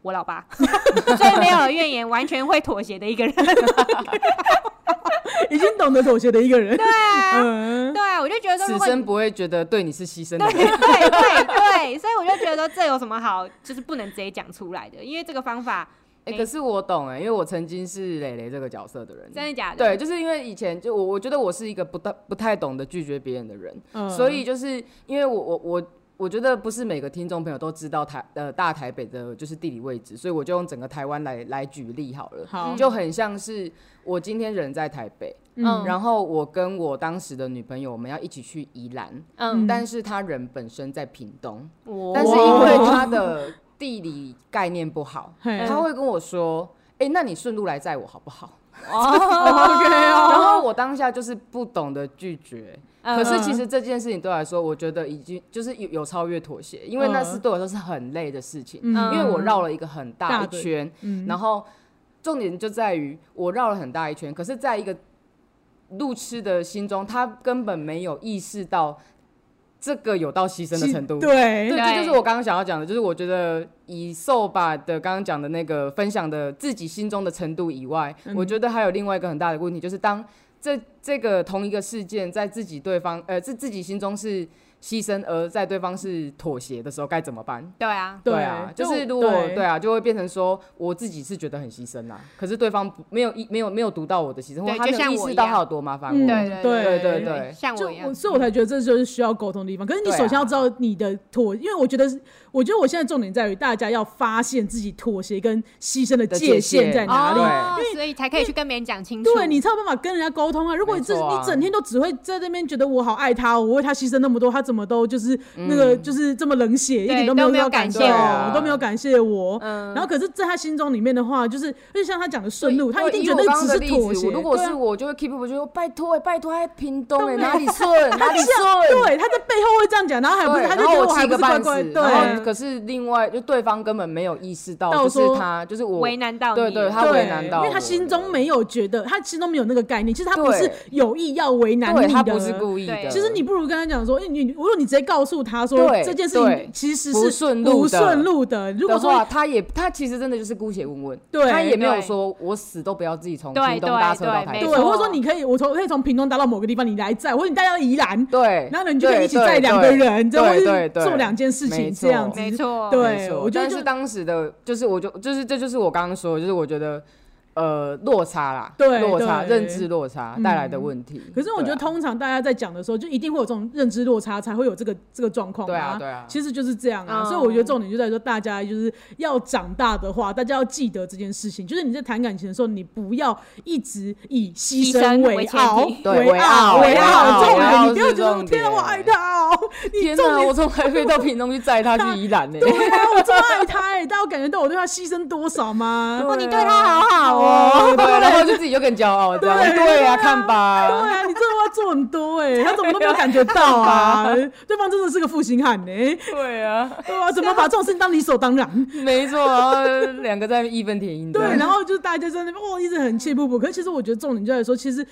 [SPEAKER 2] 我老 爸最没有怨言，完全会妥协的一 个人。
[SPEAKER 1] 已经懂得妥协的一个人。
[SPEAKER 2] 对 啊，
[SPEAKER 1] 嗯，
[SPEAKER 2] 对啊，我就觉得说，如
[SPEAKER 3] 此
[SPEAKER 2] 果你
[SPEAKER 3] 生不会觉得对你是牺牲的
[SPEAKER 2] 对
[SPEAKER 3] 人。
[SPEAKER 2] 对对对，所以我就觉得这有什么好，就是不能直接讲出来的，因为这个方法
[SPEAKER 3] 哎、可是我懂哎、因为我曾经是蕾蕾这个角色的人。
[SPEAKER 2] 真的假的？
[SPEAKER 3] 对，就是因为以前就我我觉得我是一个不太不太懂得拒绝别人的人，
[SPEAKER 1] 嗯
[SPEAKER 3] 所以就是因为我我我我觉得不是每个听众朋友都知道台呃大台北的就是地理位置，所以我就用整个台湾来来举例好了，
[SPEAKER 1] 嗯好，
[SPEAKER 3] 就很像是我今天人在台北，
[SPEAKER 2] 嗯
[SPEAKER 3] 然后我跟我当时的女朋友我们要一起去宜兰，
[SPEAKER 2] 嗯，
[SPEAKER 3] 但是她人本身在屏东，
[SPEAKER 2] 我
[SPEAKER 3] 但是
[SPEAKER 1] 哇
[SPEAKER 3] 因为她的地理概念不好，
[SPEAKER 1] 嘿
[SPEAKER 3] 她会跟我说。哎、那你顺路来载我好不好？
[SPEAKER 2] 哦
[SPEAKER 1] OK 哦
[SPEAKER 3] 然后我当下就是不懂得拒绝，
[SPEAKER 2] 嗯
[SPEAKER 3] 可是其实这件事情对我来说，我觉得已经就是有有超越妥协，因为那是对我来说是很累的事情，
[SPEAKER 1] 嗯
[SPEAKER 3] 因为我绕了一个很大
[SPEAKER 1] 大
[SPEAKER 3] 一
[SPEAKER 1] 的
[SPEAKER 3] 圈，
[SPEAKER 1] 嗯
[SPEAKER 3] 然后重点就在于我绕了很大一圈，可是在一个路痴的心中，他根本没有意识到这个有到牺牲的程度。
[SPEAKER 1] 对
[SPEAKER 3] 对，
[SPEAKER 2] 对
[SPEAKER 3] 这就是我刚刚想要讲的，就是我觉得以瘦吧的刚刚讲的那个分享的自己心中的程度以外，
[SPEAKER 2] 嗯
[SPEAKER 3] 我觉得还有另外一个很大的问题，就是当这这个同一个事件在自己对方呃自自己心中是牺牲，而在对方是妥协的时候该怎么办？
[SPEAKER 2] 对啊，
[SPEAKER 1] 对
[SPEAKER 3] 啊，
[SPEAKER 1] 就
[SPEAKER 3] 就是如果
[SPEAKER 1] 对
[SPEAKER 3] 对啊，就会变成说我自己是觉得很牺牲啦，可是对方不没有意没有没有读到我的牺牲，或
[SPEAKER 2] 对
[SPEAKER 3] 他没
[SPEAKER 2] 就像
[SPEAKER 3] 有意
[SPEAKER 2] 我
[SPEAKER 3] 识
[SPEAKER 2] 一
[SPEAKER 3] 到
[SPEAKER 2] 样
[SPEAKER 3] 他有多麻烦
[SPEAKER 1] 嗯
[SPEAKER 3] 我。
[SPEAKER 2] 对
[SPEAKER 1] 对
[SPEAKER 3] 对对对，
[SPEAKER 2] 像
[SPEAKER 1] 就
[SPEAKER 2] 我一样
[SPEAKER 1] 我，，所以我才觉得这就是需要沟通的地方。可是你
[SPEAKER 3] 对啊
[SPEAKER 1] 首先要知道你的妥，因为我觉得是，我觉得我现在重点在于大家要发现自己妥协跟牺牲的
[SPEAKER 3] 的
[SPEAKER 1] 界
[SPEAKER 3] 界限
[SPEAKER 1] 限在哪里。
[SPEAKER 2] 哦，所以才可以去跟别人讲清楚。
[SPEAKER 1] 对你才有办法跟人家沟通啊！如果你这、
[SPEAKER 3] 没错啊
[SPEAKER 1] 你整天都只会在这边觉得我好爱他哦，我为他牺牲那么多，他怎么都就是
[SPEAKER 3] 嗯
[SPEAKER 1] 那个、就是这么冷血，一点没
[SPEAKER 2] 都没有
[SPEAKER 1] 要
[SPEAKER 2] 感
[SPEAKER 1] 动
[SPEAKER 2] 谢
[SPEAKER 1] 我，
[SPEAKER 3] 我
[SPEAKER 1] 都没有感谢我。
[SPEAKER 2] 嗯
[SPEAKER 1] 然后可是，在他心中里面的话，就是就像他讲的顺路，
[SPEAKER 3] 对
[SPEAKER 1] 他一定
[SPEAKER 3] 以
[SPEAKER 1] 觉
[SPEAKER 3] 我
[SPEAKER 1] 得
[SPEAKER 3] 刚刚
[SPEAKER 1] 只
[SPEAKER 3] 的
[SPEAKER 1] 是
[SPEAKER 3] 例
[SPEAKER 1] 妥
[SPEAKER 3] 子
[SPEAKER 1] 协。
[SPEAKER 3] 我如果
[SPEAKER 1] 对
[SPEAKER 3] 是
[SPEAKER 1] 啊
[SPEAKER 3] 我，就会 keep up，我就说拜托哎，拜托，哎，屏东
[SPEAKER 1] 东哎
[SPEAKER 3] 哎，哪里顺 哪里
[SPEAKER 1] 对
[SPEAKER 3] 顺。，
[SPEAKER 1] 他在背后会这样讲，然后还不是
[SPEAKER 3] 对，
[SPEAKER 1] 他
[SPEAKER 3] 然
[SPEAKER 1] 就
[SPEAKER 3] 后
[SPEAKER 1] 觉得
[SPEAKER 3] 我
[SPEAKER 1] 还
[SPEAKER 3] 气
[SPEAKER 1] 不
[SPEAKER 3] 个
[SPEAKER 1] 是乖
[SPEAKER 3] 半
[SPEAKER 1] 乖，
[SPEAKER 3] 死，
[SPEAKER 1] 对，啊
[SPEAKER 3] 然后可是另外就对方根本没有意识
[SPEAKER 1] 到
[SPEAKER 3] 到，就是
[SPEAKER 1] 说
[SPEAKER 3] 他就是我，
[SPEAKER 2] 为难到你
[SPEAKER 3] 对
[SPEAKER 2] 了，
[SPEAKER 3] 对，他
[SPEAKER 1] 对
[SPEAKER 3] 为难到我
[SPEAKER 1] 因
[SPEAKER 3] 了，
[SPEAKER 1] 为他心中没有觉得，他心中没有那个概念，其实他不是
[SPEAKER 3] 对
[SPEAKER 1] 有意要为难
[SPEAKER 3] 对
[SPEAKER 1] 你
[SPEAKER 3] 他
[SPEAKER 1] 的，
[SPEAKER 3] 不是故意的，
[SPEAKER 2] 对
[SPEAKER 1] 其实你不如跟他讲说，欸你如果你直接告诉他说
[SPEAKER 3] 对
[SPEAKER 1] 这件事
[SPEAKER 3] 对
[SPEAKER 1] 情其实是
[SPEAKER 3] 不顺路的
[SPEAKER 1] 不顺路的，如果
[SPEAKER 3] 的话，
[SPEAKER 1] 说
[SPEAKER 3] 他也他其实真的就是姑且问问，
[SPEAKER 1] 对
[SPEAKER 3] 他也没有
[SPEAKER 2] 对
[SPEAKER 3] 说我死都不要自己从
[SPEAKER 2] 对
[SPEAKER 3] 屏东
[SPEAKER 2] 对
[SPEAKER 3] 搭车
[SPEAKER 2] 对
[SPEAKER 3] 到台
[SPEAKER 2] 没
[SPEAKER 1] 对，
[SPEAKER 3] 北
[SPEAKER 2] 错，
[SPEAKER 1] 或者说你可以，我从可以从屏东搭到某个地方，你来载，或者你带到宜兰，
[SPEAKER 3] 对，
[SPEAKER 1] 然后你就可以
[SPEAKER 3] 对
[SPEAKER 1] 一起
[SPEAKER 3] 对
[SPEAKER 1] 载两个
[SPEAKER 3] 对
[SPEAKER 1] 人，这样或
[SPEAKER 3] 对
[SPEAKER 1] 是
[SPEAKER 3] 对对
[SPEAKER 1] 做两件事
[SPEAKER 3] 没
[SPEAKER 1] 情
[SPEAKER 3] 错
[SPEAKER 1] 这样子，
[SPEAKER 2] 没错，
[SPEAKER 1] 对
[SPEAKER 3] 没错
[SPEAKER 1] 我觉得
[SPEAKER 3] 但
[SPEAKER 1] 就是
[SPEAKER 3] 当时的，就是我就就是这就是我刚刚说的，就是我觉得呃落差啦，
[SPEAKER 1] 对
[SPEAKER 3] 落差
[SPEAKER 1] 对嗯
[SPEAKER 3] 认知落差带来的问题。啊
[SPEAKER 1] 可是我觉得通常大家在讲的时候，就一定会有这种认知落差，才会有这个这个状况嘛
[SPEAKER 3] 对啊对啊
[SPEAKER 1] 其实就是这样啊，
[SPEAKER 2] 嗯
[SPEAKER 1] 所以我觉得重点就在于说，大家就是要长大的话，大家要记得这件事情，就是你在谈感情的时候，你不要一直以牺
[SPEAKER 2] 牺牲为
[SPEAKER 1] 为
[SPEAKER 2] 前
[SPEAKER 1] 傲，
[SPEAKER 2] 提
[SPEAKER 3] 对
[SPEAKER 1] 为傲，
[SPEAKER 3] 为傲
[SPEAKER 1] 傲，重
[SPEAKER 3] 为傲
[SPEAKER 1] 点，你不要
[SPEAKER 3] 是
[SPEAKER 1] 觉得我
[SPEAKER 3] 重
[SPEAKER 1] 天啊，
[SPEAKER 3] 点
[SPEAKER 1] 我爱他哦，你
[SPEAKER 3] 天
[SPEAKER 1] 重
[SPEAKER 3] 哪，
[SPEAKER 1] 点
[SPEAKER 3] 我。从台北到屏东去载他去宜兰 呢、
[SPEAKER 1] 对啊，我这么爱他哎、大家有感觉到我对他牺牲多少吗？
[SPEAKER 2] 哦，你对他好好哦，
[SPEAKER 3] 哦，啊对，然后就自己就更骄傲这样，
[SPEAKER 1] 对
[SPEAKER 3] 对啊，
[SPEAKER 1] 对啊
[SPEAKER 3] 看吧，
[SPEAKER 1] 对啊，你真的要做很多哎、他怎么都没有感觉到 啊？对方真的是个负心汉哎、
[SPEAKER 3] 对啊，
[SPEAKER 1] 对啊，怎么把这种事情当理所当 然？
[SPEAKER 3] 没错，然后两个在义愤填膺的，
[SPEAKER 1] 对，然后就是大家在那边哇，一直很气不不。可是其实我觉得重点就在于说，其实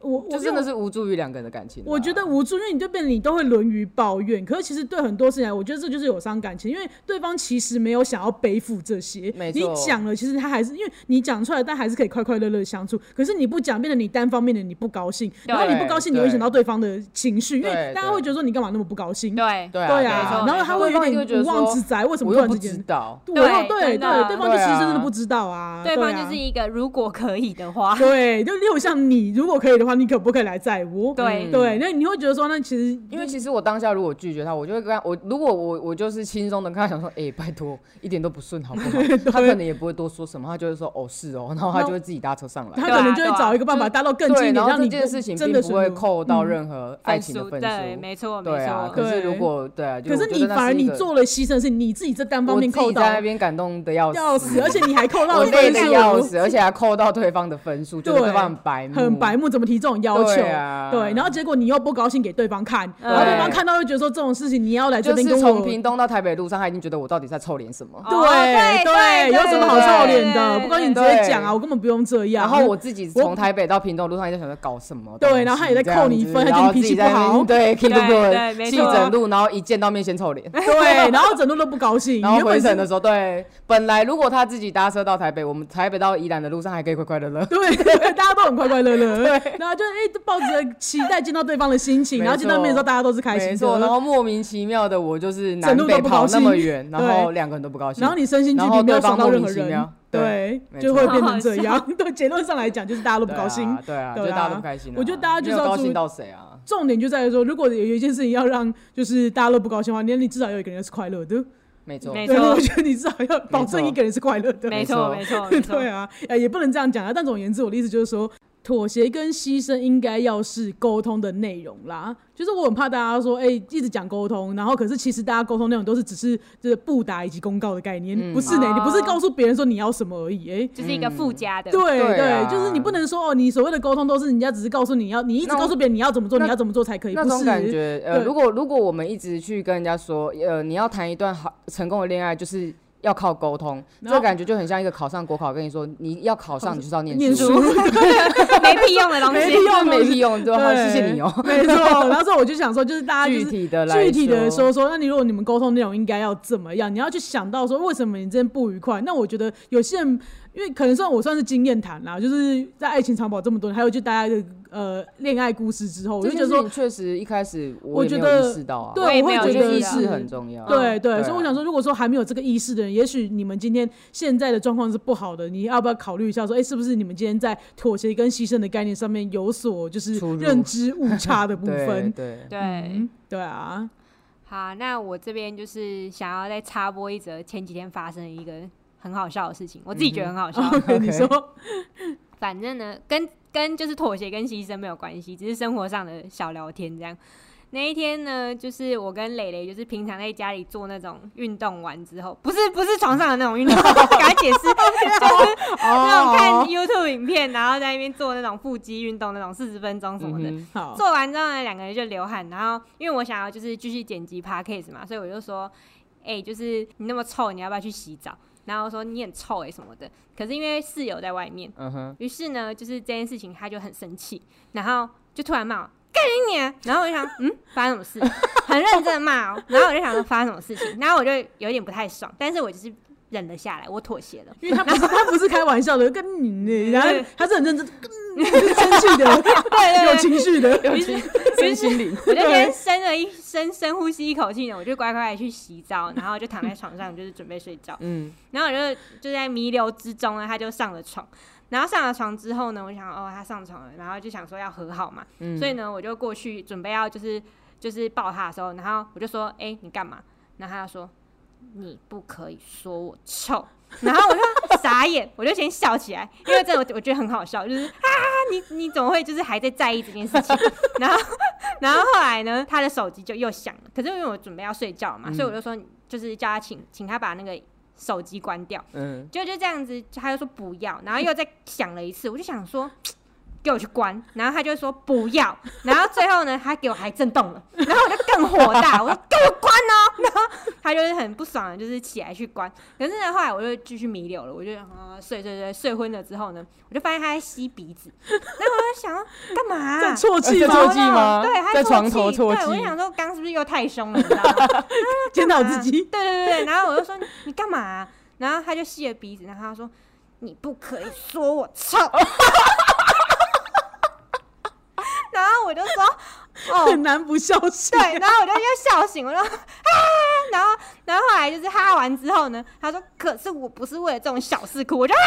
[SPEAKER 1] 我我
[SPEAKER 3] 就真的
[SPEAKER 1] 是。
[SPEAKER 3] 是无助于两个人的感情啊、
[SPEAKER 1] 我觉得无助，因为你就变得你都会沦于抱怨。可是其实对很多事情来，我觉得这就是有伤感情，因为对方其实没有想要背负这些。
[SPEAKER 3] 没
[SPEAKER 1] 你
[SPEAKER 3] 错
[SPEAKER 1] 讲了，其实他还是因为你讲出来，但还是可以快快乐乐地相处。可是你不讲，变得你单方面的你不高兴，然后你不高兴，你会影响到对方的情绪，因为
[SPEAKER 3] 对
[SPEAKER 1] 大家
[SPEAKER 3] 对
[SPEAKER 1] 会觉得说你干嘛那么不高兴？
[SPEAKER 2] 对
[SPEAKER 3] 对啊，
[SPEAKER 1] 对
[SPEAKER 2] 没
[SPEAKER 1] 啊
[SPEAKER 2] 错，
[SPEAKER 1] 然后他会有
[SPEAKER 3] 对方就觉
[SPEAKER 1] 点
[SPEAKER 3] 得
[SPEAKER 1] 无妄
[SPEAKER 3] 说
[SPEAKER 1] 之灾，为什么
[SPEAKER 3] 我
[SPEAKER 1] 突
[SPEAKER 3] 又
[SPEAKER 1] 然
[SPEAKER 3] 不
[SPEAKER 1] 之
[SPEAKER 3] 知
[SPEAKER 1] 间？
[SPEAKER 3] 道，
[SPEAKER 1] 对
[SPEAKER 2] 对
[SPEAKER 1] 对对
[SPEAKER 2] 真的
[SPEAKER 1] 对方就其实真
[SPEAKER 3] 对
[SPEAKER 1] 的
[SPEAKER 3] 啊
[SPEAKER 1] 不知道啊，
[SPEAKER 2] 对方
[SPEAKER 1] 啊
[SPEAKER 2] 就是一个如果可以的话，
[SPEAKER 1] 对，就例如像你，如果可以的话，你可不可以来载我？
[SPEAKER 2] 对
[SPEAKER 3] 啊
[SPEAKER 1] 对，那你会觉得说，那其实
[SPEAKER 3] 因为其实我当下如果拒绝他，我就会跟他，我如果我我就是轻松的跟他讲说，哎、拜托，一点都不顺好不好？他可能也不会多说什么，他就会说哦是哦，然后他就会自己搭车上
[SPEAKER 1] 他
[SPEAKER 3] 来。
[SPEAKER 2] 对啊
[SPEAKER 1] 可能就会
[SPEAKER 2] 对啊
[SPEAKER 1] 找一个办法
[SPEAKER 3] 就是
[SPEAKER 1] 搭到更近
[SPEAKER 3] 对，
[SPEAKER 1] 一点，
[SPEAKER 3] 然后
[SPEAKER 1] 让
[SPEAKER 3] 这
[SPEAKER 1] 你
[SPEAKER 3] 件事情
[SPEAKER 1] 真
[SPEAKER 3] 并
[SPEAKER 1] 的
[SPEAKER 3] 不会
[SPEAKER 1] 顺路
[SPEAKER 3] 扣到
[SPEAKER 1] 嗯
[SPEAKER 3] 任何爱情的分
[SPEAKER 2] 对，
[SPEAKER 3] 数。
[SPEAKER 2] 没错没
[SPEAKER 3] 对啊，
[SPEAKER 2] 错，
[SPEAKER 3] 可是如
[SPEAKER 1] 对
[SPEAKER 3] 果对啊，就
[SPEAKER 1] 可
[SPEAKER 3] 我
[SPEAKER 1] 是
[SPEAKER 3] 觉
[SPEAKER 1] 你
[SPEAKER 3] 得那
[SPEAKER 1] 反而
[SPEAKER 3] 一
[SPEAKER 1] 你
[SPEAKER 3] 个
[SPEAKER 1] 做了牺牲，是你自己这单方
[SPEAKER 3] 我
[SPEAKER 1] 面
[SPEAKER 3] 自己
[SPEAKER 1] 扣到
[SPEAKER 3] 在那边感动的要
[SPEAKER 1] 要死，而且你还扣到
[SPEAKER 3] 我
[SPEAKER 1] 分
[SPEAKER 3] 累的要
[SPEAKER 1] 数，
[SPEAKER 3] 死，而且还扣到对方的分数，觉得
[SPEAKER 1] 对
[SPEAKER 3] 对方很白目，
[SPEAKER 1] 很白目，怎么提这种要求，
[SPEAKER 3] 对啊
[SPEAKER 1] 对，然后结果你又不高兴给对方看，
[SPEAKER 2] 对
[SPEAKER 1] 然后对方看到又觉得说这种事情你要来这
[SPEAKER 3] 就
[SPEAKER 1] 边
[SPEAKER 3] 是
[SPEAKER 1] 跟
[SPEAKER 3] 从
[SPEAKER 1] 我。
[SPEAKER 3] 屏东到台北路上，他已经觉得我到底在臭脸什么。
[SPEAKER 2] 哦
[SPEAKER 1] 对
[SPEAKER 2] 对，
[SPEAKER 1] 有什么好
[SPEAKER 2] 对
[SPEAKER 1] 臭
[SPEAKER 2] 对
[SPEAKER 1] 脸的？
[SPEAKER 2] 对
[SPEAKER 1] 不高兴你
[SPEAKER 2] 对
[SPEAKER 1] 直接
[SPEAKER 3] 对
[SPEAKER 1] 讲啊，我根本不用这样。
[SPEAKER 3] 然后我自己
[SPEAKER 1] 我
[SPEAKER 3] 从台北到屏东的路上，也在想着搞什么东西。
[SPEAKER 1] 对然后他也在扣你分他
[SPEAKER 3] 这
[SPEAKER 1] 觉得
[SPEAKER 3] 样子
[SPEAKER 1] 你脾气不
[SPEAKER 3] 然后
[SPEAKER 1] 好
[SPEAKER 3] 自 己在那边对，
[SPEAKER 2] 对对
[SPEAKER 3] 气整
[SPEAKER 2] 没
[SPEAKER 3] 气
[SPEAKER 2] 错
[SPEAKER 3] 整路，然后一见到面先臭 脸，
[SPEAKER 1] 对，然后整路都不高兴。
[SPEAKER 3] 然后
[SPEAKER 1] 原本
[SPEAKER 3] 回
[SPEAKER 1] 是
[SPEAKER 3] 程的时候，对，本来如果他自己搭车到台北，我们台北到宜兰的路上还可以快快乐乐。
[SPEAKER 1] 对，大家都很快快乐乐，然后就哎、都抱着期待见到对方的心情，
[SPEAKER 3] 没
[SPEAKER 1] 然后见到面的时候
[SPEAKER 3] 错
[SPEAKER 1] 大家都是开
[SPEAKER 3] 没
[SPEAKER 1] 心
[SPEAKER 3] 错，然
[SPEAKER 1] 的。
[SPEAKER 3] 后莫名其妙的，我就是
[SPEAKER 1] 啊
[SPEAKER 3] 南
[SPEAKER 1] 整路都
[SPEAKER 3] 北
[SPEAKER 1] 不高
[SPEAKER 3] 跑
[SPEAKER 1] 兴
[SPEAKER 3] 那么远，然后
[SPEAKER 1] 对
[SPEAKER 3] 两个人都不高兴。
[SPEAKER 1] 然后你身心俱
[SPEAKER 3] 然
[SPEAKER 1] 疲，
[SPEAKER 3] 后
[SPEAKER 1] 没有
[SPEAKER 3] 对
[SPEAKER 1] 爽到
[SPEAKER 3] 方莫
[SPEAKER 1] 任
[SPEAKER 3] 名
[SPEAKER 1] 何
[SPEAKER 3] 其
[SPEAKER 1] 人
[SPEAKER 3] 妙，，
[SPEAKER 1] 对，
[SPEAKER 3] 没
[SPEAKER 1] 就
[SPEAKER 3] 错
[SPEAKER 1] 会变成这
[SPEAKER 2] 好好
[SPEAKER 1] 样。对，结论上来讲就是大家都不
[SPEAKER 3] 对
[SPEAKER 1] 高兴
[SPEAKER 3] 啊。对啊，
[SPEAKER 1] 对
[SPEAKER 3] 就
[SPEAKER 1] 啊
[SPEAKER 3] 大家都不开心啊。
[SPEAKER 1] 我觉得大家就是要
[SPEAKER 3] 没有高
[SPEAKER 1] 注意
[SPEAKER 3] 兴到谁啊？
[SPEAKER 1] 重点就在于说，如果有一件事情要让就是大家都不高兴的话，那你至少有一个人是快乐的。
[SPEAKER 3] 没错，
[SPEAKER 2] 没
[SPEAKER 1] 对，
[SPEAKER 2] 错
[SPEAKER 1] 我觉得你至少要保证
[SPEAKER 3] 错
[SPEAKER 1] 一个人是快乐的。
[SPEAKER 2] 没错，没
[SPEAKER 3] 哦
[SPEAKER 2] 错，没错
[SPEAKER 1] 对。啊，呃，也不能这样讲啊。但总而言之，我的意思就是说，妥协跟牺牲应该要是沟通的内容啦。就是我很怕大家说，哎、一直讲沟通，然后可是其实大家沟通内容都是只是就是布达以及公告的概念，
[SPEAKER 3] 嗯
[SPEAKER 1] 不是呢，你不是
[SPEAKER 2] 哦
[SPEAKER 1] 告诉别人说你要什么而已、哎。
[SPEAKER 2] 就是一个附加的，
[SPEAKER 1] 嗯对
[SPEAKER 3] 对啊
[SPEAKER 1] 就是你不能说哦，你所谓的沟通都是人家只是告诉你要，你一直
[SPEAKER 3] 那
[SPEAKER 1] 告诉别人你要怎么做，
[SPEAKER 3] 那
[SPEAKER 1] 你要怎么做才可以，
[SPEAKER 3] 那
[SPEAKER 1] 不
[SPEAKER 3] 种
[SPEAKER 1] 是？
[SPEAKER 3] 感觉，呃，
[SPEAKER 1] 对
[SPEAKER 3] 如果如果我们一直去跟人家说，呃，你要谈一段好成功的恋爱，就是要靠沟通，
[SPEAKER 1] 然后
[SPEAKER 3] 这感觉就很像一个考上国考，跟你说你要考上，你就是要念
[SPEAKER 1] 念
[SPEAKER 3] 书，
[SPEAKER 1] 书，
[SPEAKER 2] 没屁用的东
[SPEAKER 1] 啊没
[SPEAKER 2] 西
[SPEAKER 1] 屁。用
[SPEAKER 3] 这没屁用， 对吧？
[SPEAKER 1] 对
[SPEAKER 3] 谢谢你哦。
[SPEAKER 1] 没错。 然后所以我就想说，就是大家就
[SPEAKER 3] 具
[SPEAKER 1] 是
[SPEAKER 3] 体的来，
[SPEAKER 1] 具体的，说说，那你如果你们沟通内容应该要怎么样？你要去想到说为什么你之间不愉快？那我觉得有些人，因为可能算我算是经验谈啦，就是在爱情长跑这么多年，还有就大家的呃恋爱故事之后，我
[SPEAKER 3] 这
[SPEAKER 1] 就
[SPEAKER 3] 件
[SPEAKER 1] 觉
[SPEAKER 3] 事
[SPEAKER 1] 得说
[SPEAKER 3] 情，确实一开始
[SPEAKER 1] 我
[SPEAKER 3] 我也
[SPEAKER 1] 觉
[SPEAKER 3] 没有
[SPEAKER 1] 得
[SPEAKER 3] 意识到啊，
[SPEAKER 1] 对，
[SPEAKER 2] 我也
[SPEAKER 1] 我
[SPEAKER 2] 没
[SPEAKER 1] 会
[SPEAKER 2] 有
[SPEAKER 3] 我
[SPEAKER 1] 觉
[SPEAKER 3] 觉得
[SPEAKER 1] 得
[SPEAKER 3] 意
[SPEAKER 2] 意
[SPEAKER 1] 是
[SPEAKER 3] 识很重要。
[SPEAKER 1] 对对，
[SPEAKER 3] 啊
[SPEAKER 1] 所以我想说，如果说还没有这个意识的人，也许你们今天现在的状况是不好的，你要不要考虑一下说，哎、是不是你们今天在妥协跟牺牲的概念上面有所就是
[SPEAKER 3] 出入
[SPEAKER 1] 认知误差的部
[SPEAKER 3] 对啊
[SPEAKER 1] 分？
[SPEAKER 3] 对，
[SPEAKER 2] 对
[SPEAKER 1] 嗯，，对 啊，
[SPEAKER 2] 好，那我这边就是想要再插播一则前几天发生的一个很好笑的事情，我自
[SPEAKER 3] 嗯
[SPEAKER 2] 己觉得很好笑。
[SPEAKER 1] OK，你 说。
[SPEAKER 2] 反正呢，跟跟就是妥协跟牺牲没有关系，只是生活上的小聊天这样。那一天呢，就是我跟蕾蕾，就是平常在家里做那种运动完之后，不是不是床上的那种运动， 赶快解释，就是那种看 YouTube 影片，然后在那边做那种腹肌运动那种四十分钟什么 的。
[SPEAKER 3] 嗯
[SPEAKER 1] 好，
[SPEAKER 2] 做完之后呢，两个人就流汗，然后因为我想要就是继续剪辑 podcast 嘛，所以我就说，哎、就是你那么臭，你要不要去洗澡？然后说你很臭哎、什么的。可是因为室友在外面，
[SPEAKER 3] 哼嗯哼，
[SPEAKER 2] 于是呢，就是这件事情他就很生气，然后就突然骂我干你娘！然后我就想， 嗯，发生什么事？很认真地骂哦。然后我就想说发生什么事情，然后我就有点不太爽，但是我就是忍了下来，我妥协 了。
[SPEAKER 1] 因为他不是他不是开玩笑的，跟你，然后他是很认真，跟是生气的， 有情绪的，
[SPEAKER 2] 于是
[SPEAKER 3] 身心灵，
[SPEAKER 2] 我就先深了一深深呼吸一口气呢，我就乖乖的去洗澡，然后就躺在床上，就是准备睡觉。
[SPEAKER 3] 嗯，
[SPEAKER 2] 然后我就就在弥留之中呢，他就上了床。然后上了床之后呢，我想哦，他上床了，然后就想说要和好嘛，
[SPEAKER 3] 嗯
[SPEAKER 2] 所以呢，我就过去准备要就是就是抱他的时候，然后我就说，哎、你干嘛？然后他就说，你不可以说我臭。然后我就傻眼，我就先笑起来，因为这我我觉得很好笑，就是啊，你你怎么会就是还在在意这件事情？ 然后然后后来呢，他的手机就又响了，可是因为我准备要睡觉嘛，所以我就说，就是叫他请请他把那个手机关掉。
[SPEAKER 3] 嗯，
[SPEAKER 2] 就就这样子，他就说不要，然后又再想了一次，我就想说。给我去关，然后他就说不要，然后最后呢，他给我还震动了，然后我就更火大，我说给我关哦，然后他就是很不爽的，就是起来去关。可是呢，后来我就继续弥留了，我就啊、睡睡睡睡昏了之后呢，我就发现他在吸鼻子，然后我就想说干嘛、
[SPEAKER 1] 在啜泣
[SPEAKER 3] 在
[SPEAKER 1] 吗
[SPEAKER 3] 啜？泣吗
[SPEAKER 2] 对，他
[SPEAKER 3] 在
[SPEAKER 2] 啜
[SPEAKER 3] 床头
[SPEAKER 2] 泣
[SPEAKER 3] 啜
[SPEAKER 2] 对，我
[SPEAKER 3] 泣
[SPEAKER 2] 就想说刚刚是不是又太凶了，你知道吗？
[SPEAKER 1] 检讨自己，
[SPEAKER 2] 啊对对对对，然后我就说你你干嘛啊、然后他就吸了鼻子，然后他说你不可以说我臭。 然后我就说哦
[SPEAKER 1] 很难不笑醒。
[SPEAKER 2] 对，然后我就又笑醒，我就啊，然后然后后来就是哈完之后呢，他说可是我不是为了这种小事哭，我就啊，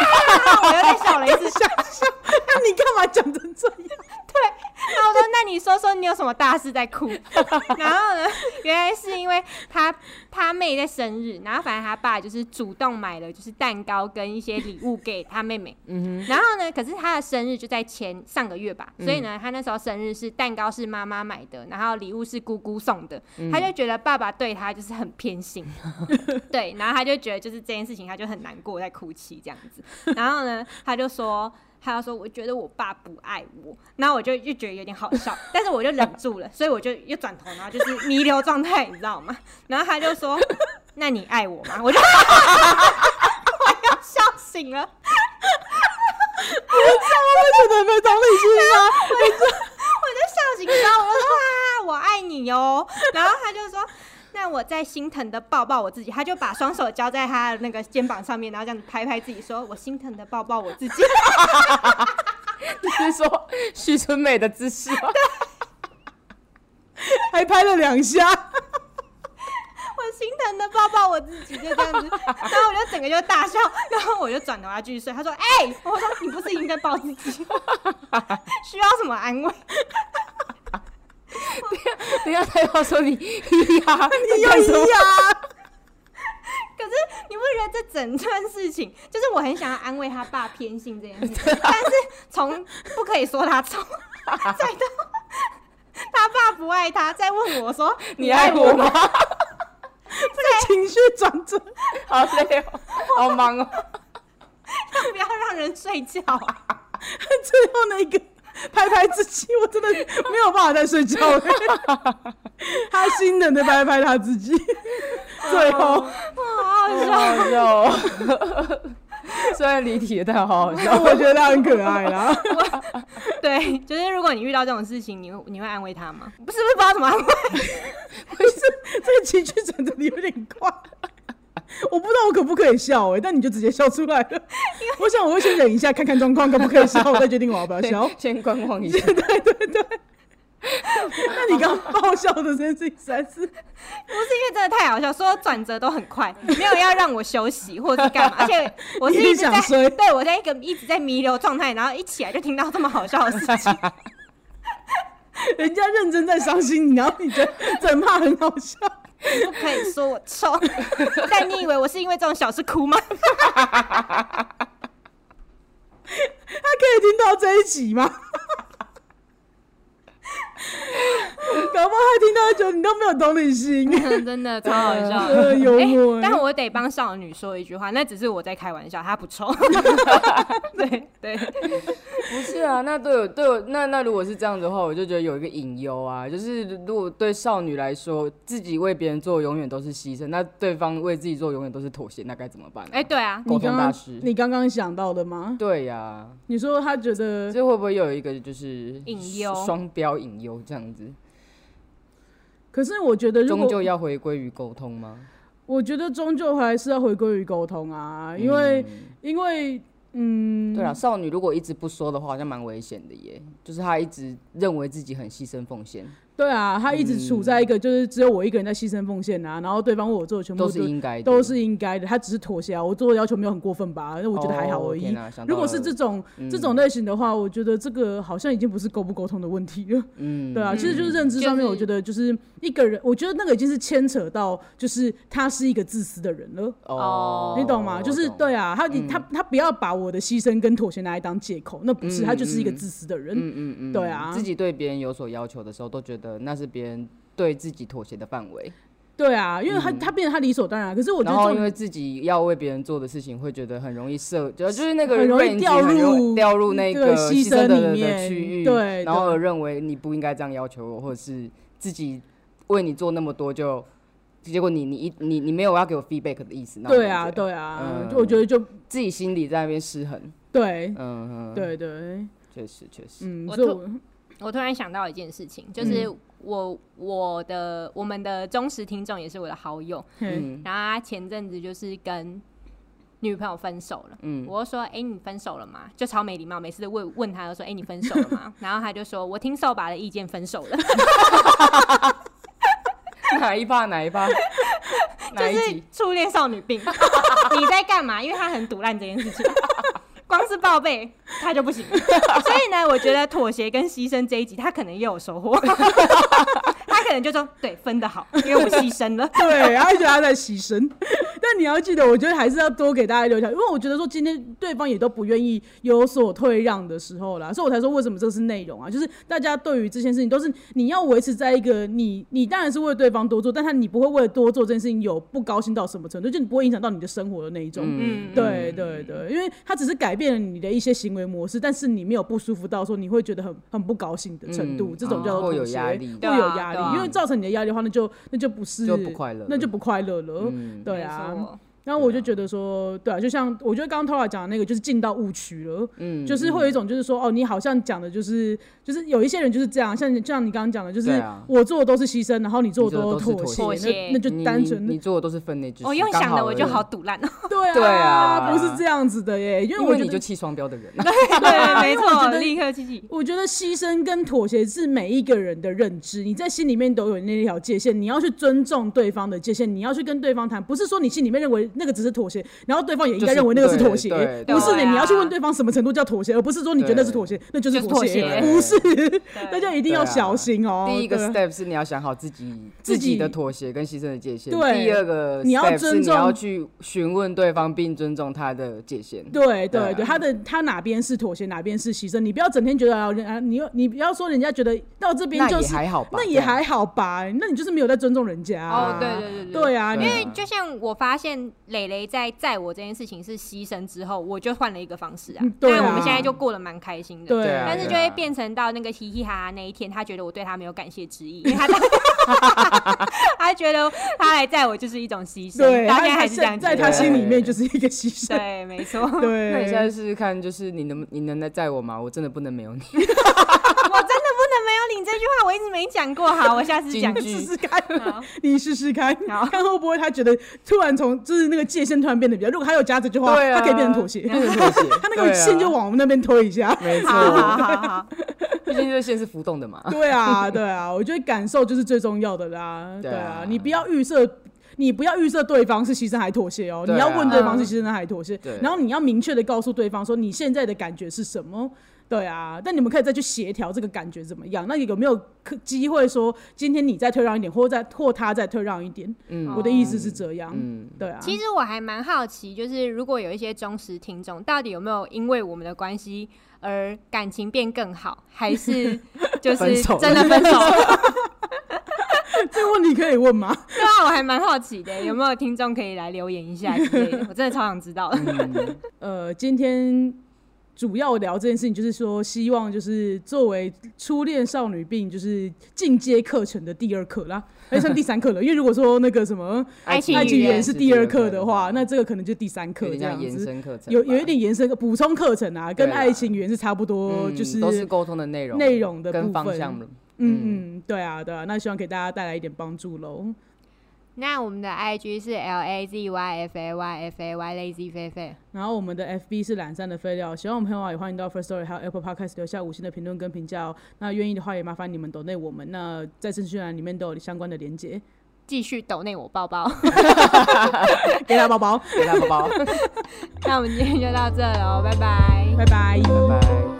[SPEAKER 2] 我又再笑了一次。
[SPEAKER 1] 那你干嘛讲成这样？
[SPEAKER 2] 然后我说：“那你说说你有什么大事在哭？” 然后呢，原来是因为他他妹在生日，然后反正他爸就是主动买了就是蛋糕跟一些礼物给他妹妹。
[SPEAKER 3] 嗯
[SPEAKER 2] 然后呢，可是他的生日就在前上个月吧，所以呢，他那时候生日是蛋糕是妈妈买的，然后礼物是姑姑送的，他就觉得爸爸对他就是很偏心，对，然后他就觉得就是这件事情他就很难过，在哭泣这样子。然后呢，他就说。他就说我觉得我爸不爱我，然后我就又觉得有点好笑， 但是我就忍住了，所以我就又转头，然后就是弥留状态，你知道吗？ 然后他就说，那你爱我吗？我就 我要笑醒了。
[SPEAKER 1] 觉得没同理心吗？
[SPEAKER 2] 我就笑醒他，我就说啊，我爱你哦。然后他就说，那我再心疼的抱抱我自己，他就把双手交在他的那个肩膀上面，然后这样子拍拍自己，说我心疼的抱抱我自己。
[SPEAKER 3] 就是说许纯美的姿势吗？
[SPEAKER 1] 还拍了两下，
[SPEAKER 2] 我心疼的抱抱我自己，就这样 子。然后我就整个就大笑，然后我就转头要继续睡。他说：“哎、我说你不是已经在抱自己吗？需要什么安慰？
[SPEAKER 3] 等一下他要说你咿呀，你
[SPEAKER 1] 又一呀，
[SPEAKER 2] 可是你不觉得这整段事情，就是我很想要安慰他爸偏心这件事 情，但是从不可以说他 丑，再到他爸不爱他，再问我说
[SPEAKER 3] 你爱我？吗？
[SPEAKER 1] 这 情绪转折，
[SPEAKER 3] 好累哦，好忙哦。
[SPEAKER 2] 要不要让人睡觉啊？
[SPEAKER 1] 最后那个拍拍自己，我真的没有办法再睡觉了。 他心疼的拍拍他自 己，最后
[SPEAKER 2] 好好笑
[SPEAKER 3] 好好笑哦，虽然离题，但好好笑。
[SPEAKER 1] 我觉得他很可爱啊啦。
[SPEAKER 2] 对，就是如果你遇到这种事情，你会你会安慰他吗？不是，不是不知道怎么安慰。
[SPEAKER 1] 这个情绪转折的有点快。我不知道我可不可以笑哎、但你就直接笑出来了。我想我会先忍一下，看看状况可不可以笑，我再决定我要不要笑。
[SPEAKER 3] 先观望一下。
[SPEAKER 1] 那你刚刚爆笑的真是实在是，
[SPEAKER 2] 不是因为真的太好笑，所有转折都很快， 没有要让我休息或者是 干嘛，而且我是
[SPEAKER 1] 你一
[SPEAKER 2] 一
[SPEAKER 1] 直
[SPEAKER 2] 直
[SPEAKER 1] 想
[SPEAKER 2] 在
[SPEAKER 1] 睡
[SPEAKER 2] 对我在一个一直在弥留状态，然后一起来就听到这么好笑的事情，
[SPEAKER 1] 人家认真在伤心你，然后你觉得整怕很好笑。
[SPEAKER 2] 不可以说我臭，但你以为我是因为这种小事哭吗？
[SPEAKER 1] 他可以听到这一集吗？ 搞不好他听到就觉得你都没有同理心，
[SPEAKER 2] 真的超好笑
[SPEAKER 1] 呃幽默欸
[SPEAKER 2] 但我得帮少女说一句话，那只是我在开玩笑，她不 臭。对对，
[SPEAKER 3] 不是啊，那对我对我那那如果是这样子的话，我就觉得有一个隐忧啊，就是如果对少女来说，自己为别人做永远都是牺牲，那对方为自己做永远都是妥协，那该怎么 办、啊？
[SPEAKER 2] 哎、对啊，
[SPEAKER 3] 沟
[SPEAKER 1] 你
[SPEAKER 3] 通
[SPEAKER 1] 刚
[SPEAKER 3] 大
[SPEAKER 1] 刚
[SPEAKER 3] 师
[SPEAKER 1] 你刚刚想到的吗？
[SPEAKER 3] 对呀、
[SPEAKER 1] 你说他觉得
[SPEAKER 3] 这会不会又有一个就是
[SPEAKER 2] 隐忧
[SPEAKER 3] 双标隐忧这样子？
[SPEAKER 1] 可是我觉得，如
[SPEAKER 3] 终究
[SPEAKER 1] 果
[SPEAKER 3] 要回归于沟通吗？
[SPEAKER 1] 我觉得终究还是要回归于沟通
[SPEAKER 3] 嗯
[SPEAKER 1] 啊，因为、因为嗯，
[SPEAKER 3] 对啊，少女如果一直不说的话，好像蛮危险的耶。就是她一直认为自己很牺牲奉献，
[SPEAKER 1] 对啊，他一直处在一个就是只有我一个人在牺牲奉献啊，然后对方为我做的全部
[SPEAKER 3] 都是应该的，
[SPEAKER 1] 都是应该的，他只是妥协啊，我做的要求没有很过分吧，那我觉得还好
[SPEAKER 3] 哦
[SPEAKER 1] 而已。
[SPEAKER 3] 天啊想到
[SPEAKER 1] 如果是这种、
[SPEAKER 3] 嗯
[SPEAKER 1] 这种类型的话，我觉得这个好像已经不是沟不沟通的问题 了。嗯，对啊，其实就是认知上面，
[SPEAKER 2] 就是
[SPEAKER 1] 我觉得就是一个人，我觉得那个已经是牵扯到就是他是一个自私的人了。
[SPEAKER 3] 哦，
[SPEAKER 1] 你懂吗？就是
[SPEAKER 3] 我懂嗯
[SPEAKER 1] 对啊，他、你他他不要把我的牺牲跟妥协拿来当借口，那不是，他就是一个自私的人。嗯嗯嗯，对啊
[SPEAKER 3] 自，己对别人有所要求的时候，都觉得那是别人对自己妥协的范围。
[SPEAKER 1] 对啊，因为他、他变得他理所当然，可是我觉
[SPEAKER 3] 嗯然
[SPEAKER 1] 得
[SPEAKER 3] 后
[SPEAKER 1] 这
[SPEAKER 3] 因
[SPEAKER 1] 种
[SPEAKER 3] 为自己要为别人做的事情，会觉得很容易涉，就就是那个
[SPEAKER 1] 很容易
[SPEAKER 3] range
[SPEAKER 1] 掉入
[SPEAKER 3] 很容易掉入那
[SPEAKER 1] 这个牺
[SPEAKER 3] 牺
[SPEAKER 1] 牲
[SPEAKER 3] 牲的
[SPEAKER 1] 里
[SPEAKER 3] 的
[SPEAKER 1] 面
[SPEAKER 3] 区域，
[SPEAKER 1] 对
[SPEAKER 3] 然后
[SPEAKER 1] 对
[SPEAKER 3] 而认为你不应该这样要求我，或者是自己为你做那么多就。结果你你一你你没有要给我 feedback 的意思，那种
[SPEAKER 1] 对啊
[SPEAKER 3] 感觉
[SPEAKER 1] 对啊，
[SPEAKER 3] 嗯
[SPEAKER 1] 就我觉得就
[SPEAKER 3] 自己心里在那边失衡，
[SPEAKER 1] 对
[SPEAKER 3] 嗯，嗯，
[SPEAKER 1] 对对，
[SPEAKER 3] 确实确实，
[SPEAKER 1] 嗯，
[SPEAKER 2] 我
[SPEAKER 1] 所以
[SPEAKER 2] 突
[SPEAKER 1] 我
[SPEAKER 2] 我突然想到一件事情，就是我、我的我们的忠实听众也是我的好友，
[SPEAKER 1] 嘿。
[SPEAKER 3] 嗯
[SPEAKER 2] 然后他前阵子就是跟女朋友分手了，
[SPEAKER 3] 嗯，
[SPEAKER 2] 我就说，哎、你分手了吗？就超没礼貌，每次都问问他，就说，哎、你分手了吗？ 然后他就说，我听扫把的意见分手了，
[SPEAKER 3] 哪一趴哪一趴，
[SPEAKER 2] 就
[SPEAKER 3] 哪一
[SPEAKER 2] 是
[SPEAKER 3] 集？
[SPEAKER 2] 初恋少女病。 你在干嘛？因为他很堵烂这件事情。 光是报备他就不 行，所以呢，我觉得妥协跟牺牲这一集，他可能也有收获。他 他可能就说对分的好，因为我牺牲了
[SPEAKER 1] 对，然后就觉得他在牺牲。但你要记得，我觉得还是要多给大家留条，因为我觉得说今天对方也都不愿意有所退让的时候啦，所以我才说为什么这是内容啊，就是大家对于这件事情都是你要维持在一个你你当然是为对方多做，但他你不会为了多做这件事情有不高兴到什么程度，就你不会影响到你的生活的那一种。
[SPEAKER 2] 嗯，
[SPEAKER 1] 对对对，因为他只是改变了你的一些行为模式，但是你没有不舒服到说你会觉得很很不高兴的程度，
[SPEAKER 3] 嗯
[SPEAKER 1] 这种叫做
[SPEAKER 3] 会有
[SPEAKER 1] 妥协
[SPEAKER 3] 压力
[SPEAKER 1] 会
[SPEAKER 2] 对啊
[SPEAKER 1] 有压力，
[SPEAKER 2] 对啊
[SPEAKER 1] 因为造成你的压力的话，那就那就不是
[SPEAKER 3] 就不快乐
[SPEAKER 1] 那就不快乐了。
[SPEAKER 3] 嗯
[SPEAKER 1] 对
[SPEAKER 2] 没
[SPEAKER 1] 啊，
[SPEAKER 2] 错，
[SPEAKER 1] 然后我就觉得说，对啊，就像我觉得刚刚 Tora 讲的那个，就是进到误区了。
[SPEAKER 3] 嗯
[SPEAKER 1] 就是会有一种，就是说，哦，你好像讲的，就是就是有一些人就是这样，像你像你刚刚讲的，就是
[SPEAKER 3] 对啊
[SPEAKER 1] 我做的都是牺牲，然后你做的
[SPEAKER 3] 你做的
[SPEAKER 1] 都
[SPEAKER 3] 都是
[SPEAKER 1] 妥协，
[SPEAKER 3] 妥
[SPEAKER 2] 协
[SPEAKER 1] 那那就
[SPEAKER 3] 你
[SPEAKER 1] 单
[SPEAKER 3] 你
[SPEAKER 1] 纯
[SPEAKER 3] 你做的都是分内之事，
[SPEAKER 2] 我哦用
[SPEAKER 3] 刚
[SPEAKER 2] 想的
[SPEAKER 3] 而
[SPEAKER 2] 我
[SPEAKER 3] 已
[SPEAKER 2] 就好，堵 烂哦。
[SPEAKER 1] 对啊，
[SPEAKER 3] 对啊
[SPEAKER 1] 不是这样子的耶，因为
[SPEAKER 3] 因
[SPEAKER 1] 我
[SPEAKER 3] 为
[SPEAKER 1] 觉
[SPEAKER 3] 你
[SPEAKER 1] 得
[SPEAKER 3] 就气双标的人啊，
[SPEAKER 2] 对，没
[SPEAKER 1] 因为我觉
[SPEAKER 2] 错，
[SPEAKER 1] 得
[SPEAKER 2] 立刻积极。
[SPEAKER 1] 我觉得牺牲跟妥协是每一个人的认知，你在心里面都有那条界限，你要去尊重对方的界限，你要去跟对方谈，不是说你心里面认为那个只是妥协，然后对方也应该
[SPEAKER 3] 就是
[SPEAKER 1] 认为那个是妥协，
[SPEAKER 3] 对对
[SPEAKER 1] 不是的，
[SPEAKER 2] 对啊
[SPEAKER 1] 你要去问对方什么程度叫妥协，而不是说你觉得那是
[SPEAKER 3] 对
[SPEAKER 1] 妥协，那就是
[SPEAKER 2] 就是
[SPEAKER 1] 妥协，
[SPEAKER 2] 妥协
[SPEAKER 1] 不是，大
[SPEAKER 2] 对
[SPEAKER 1] 家一定要小心哦、
[SPEAKER 3] 啊第一个
[SPEAKER 1] 对
[SPEAKER 3] step 是你要想好自己
[SPEAKER 1] 自己
[SPEAKER 3] 自己的妥协跟牺牲的界限，
[SPEAKER 1] 对
[SPEAKER 3] 第二个
[SPEAKER 1] 你要
[SPEAKER 3] step
[SPEAKER 1] 尊
[SPEAKER 3] 是你
[SPEAKER 1] 重
[SPEAKER 3] 要去询问对方并尊重他的界限。
[SPEAKER 1] 对
[SPEAKER 3] 对
[SPEAKER 1] 对
[SPEAKER 3] 啊
[SPEAKER 1] 对，他的他哪边是妥协，哪边是牺牲，你不要整天觉得啊，人啊，你又你不要说人家觉得到这边
[SPEAKER 3] 那
[SPEAKER 1] 就
[SPEAKER 3] 也
[SPEAKER 1] 是
[SPEAKER 3] 还好吧，
[SPEAKER 1] 那
[SPEAKER 3] 这
[SPEAKER 1] 也
[SPEAKER 3] 样
[SPEAKER 1] 还好吧，那你就是没有在尊重人家、
[SPEAKER 2] 哦
[SPEAKER 1] 啊。，
[SPEAKER 2] 对对对
[SPEAKER 1] 对啊，
[SPEAKER 3] 对
[SPEAKER 1] 你
[SPEAKER 2] 因为就像我发现磊磊在载我这件事情是牺牲之后，我就换了一个方式啊
[SPEAKER 1] 嗯。
[SPEAKER 2] 当
[SPEAKER 1] 对
[SPEAKER 2] 然我们
[SPEAKER 1] 啊
[SPEAKER 2] 现在就过得蛮开心的。
[SPEAKER 1] 对
[SPEAKER 3] 对啊
[SPEAKER 2] 但是就会变成到那个嘻嘻哈哈那一天，他觉得我对他没有感谢之 意，因为他他觉得他来载我就是一种牺牲，
[SPEAKER 1] 对，
[SPEAKER 2] 到
[SPEAKER 1] 他
[SPEAKER 2] 现在还
[SPEAKER 1] 在
[SPEAKER 2] 是这样觉
[SPEAKER 1] 在
[SPEAKER 2] 得。
[SPEAKER 1] 他心里面
[SPEAKER 3] 对
[SPEAKER 1] 就是一个牺牲。
[SPEAKER 2] 对，没 错，我
[SPEAKER 1] 对，
[SPEAKER 3] 那你现在试试看，就是你能你能来载我吗？我真的不能没有你。
[SPEAKER 2] 真的不能没有你这句话，我一直没讲过。好，我下次讲
[SPEAKER 3] 京。剧
[SPEAKER 1] 试试看
[SPEAKER 2] 嗯好，
[SPEAKER 1] 你试试看，
[SPEAKER 2] 好
[SPEAKER 1] 看会不会他觉得突然从就是那个界限突然变得比较，如果他有加这句话，
[SPEAKER 3] 对啊
[SPEAKER 1] 他可以变成妥协，
[SPEAKER 3] 变成妥协，啊
[SPEAKER 1] 他
[SPEAKER 2] 啊
[SPEAKER 1] 那个线就往我们那边推一下。
[SPEAKER 3] 对啊没
[SPEAKER 2] 好好
[SPEAKER 3] 错，
[SPEAKER 2] 好好，
[SPEAKER 3] 毕竟这个线是浮动的嘛。
[SPEAKER 1] 对啊，对啊，我觉得感受就是最重要的啦。
[SPEAKER 3] 对
[SPEAKER 1] 对
[SPEAKER 3] 啊
[SPEAKER 1] 啊，你不要预设。你不要预设对方是牺牲还妥协哦，
[SPEAKER 3] 对
[SPEAKER 1] 你
[SPEAKER 3] 啊
[SPEAKER 1] 要问对方是牺牲还妥协
[SPEAKER 3] 对，啊
[SPEAKER 1] 然后你要明确的告诉对方说你现在的感觉是什么。对啊，但你们可以再去协调这个感觉怎么样？那有没有可机会说今天你再退让一点，或再或他再退让一点？
[SPEAKER 3] 嗯
[SPEAKER 1] 我的意思是这样。
[SPEAKER 3] 嗯，
[SPEAKER 1] 对啊，
[SPEAKER 2] 其实我还蛮好奇，就是如果有一些忠实听众，到底有没有因为我们的关系而感情变更好，还是 就是
[SPEAKER 3] 分手了
[SPEAKER 2] 真的分手？
[SPEAKER 1] 这个问题可以问吗？
[SPEAKER 2] 对啊，我还蛮好奇的，有没有听众可以来留言一下之类 的？我真的超想知道的。
[SPEAKER 3] 嗯
[SPEAKER 1] 呃，今天主要聊这件事情，就是说希望就是作为初恋少女病，就是进阶课程的第二课啦，还算第三课了。因为如果说那个什么
[SPEAKER 2] 爱情
[SPEAKER 1] 爱情
[SPEAKER 2] 语
[SPEAKER 1] 语
[SPEAKER 2] 言
[SPEAKER 1] 言是第二课的话，那这个可能就第三课
[SPEAKER 3] 有
[SPEAKER 1] 这
[SPEAKER 3] 点
[SPEAKER 1] 样
[SPEAKER 3] 像延
[SPEAKER 1] 子。
[SPEAKER 3] 伸课程吧，
[SPEAKER 1] 有有一点延伸补充课程啊，跟
[SPEAKER 3] 对啦
[SPEAKER 1] 爱情语言是差不多，
[SPEAKER 3] 嗯
[SPEAKER 1] 就是
[SPEAKER 3] 都是沟通的内容，
[SPEAKER 1] 内容的部
[SPEAKER 3] 跟
[SPEAKER 1] 分
[SPEAKER 3] 方向了。
[SPEAKER 1] 嗯嗯，对啊对啊，那希望给大家带来一点帮助喽。
[SPEAKER 2] 那我们的 IG 是 L A Z Y F A Y F A Y Lazy 菲菲。
[SPEAKER 1] 然后我们的 FB 是懒散的废料，喜欢我们的朋友啊也欢迎到 First Story 还有 Apple Podcast 留下五星的评论跟评价哦。那愿意的话也麻烦你们抖内我们，那在资讯栏里面都有相关的连接，
[SPEAKER 2] 继续抖内我抱 抱，
[SPEAKER 1] 给他宝
[SPEAKER 3] 嗯
[SPEAKER 1] 宝，
[SPEAKER 3] 给他包包，
[SPEAKER 2] 那我们今天就到这喽，拜拜。
[SPEAKER 1] 拜拜。
[SPEAKER 3] 拜拜。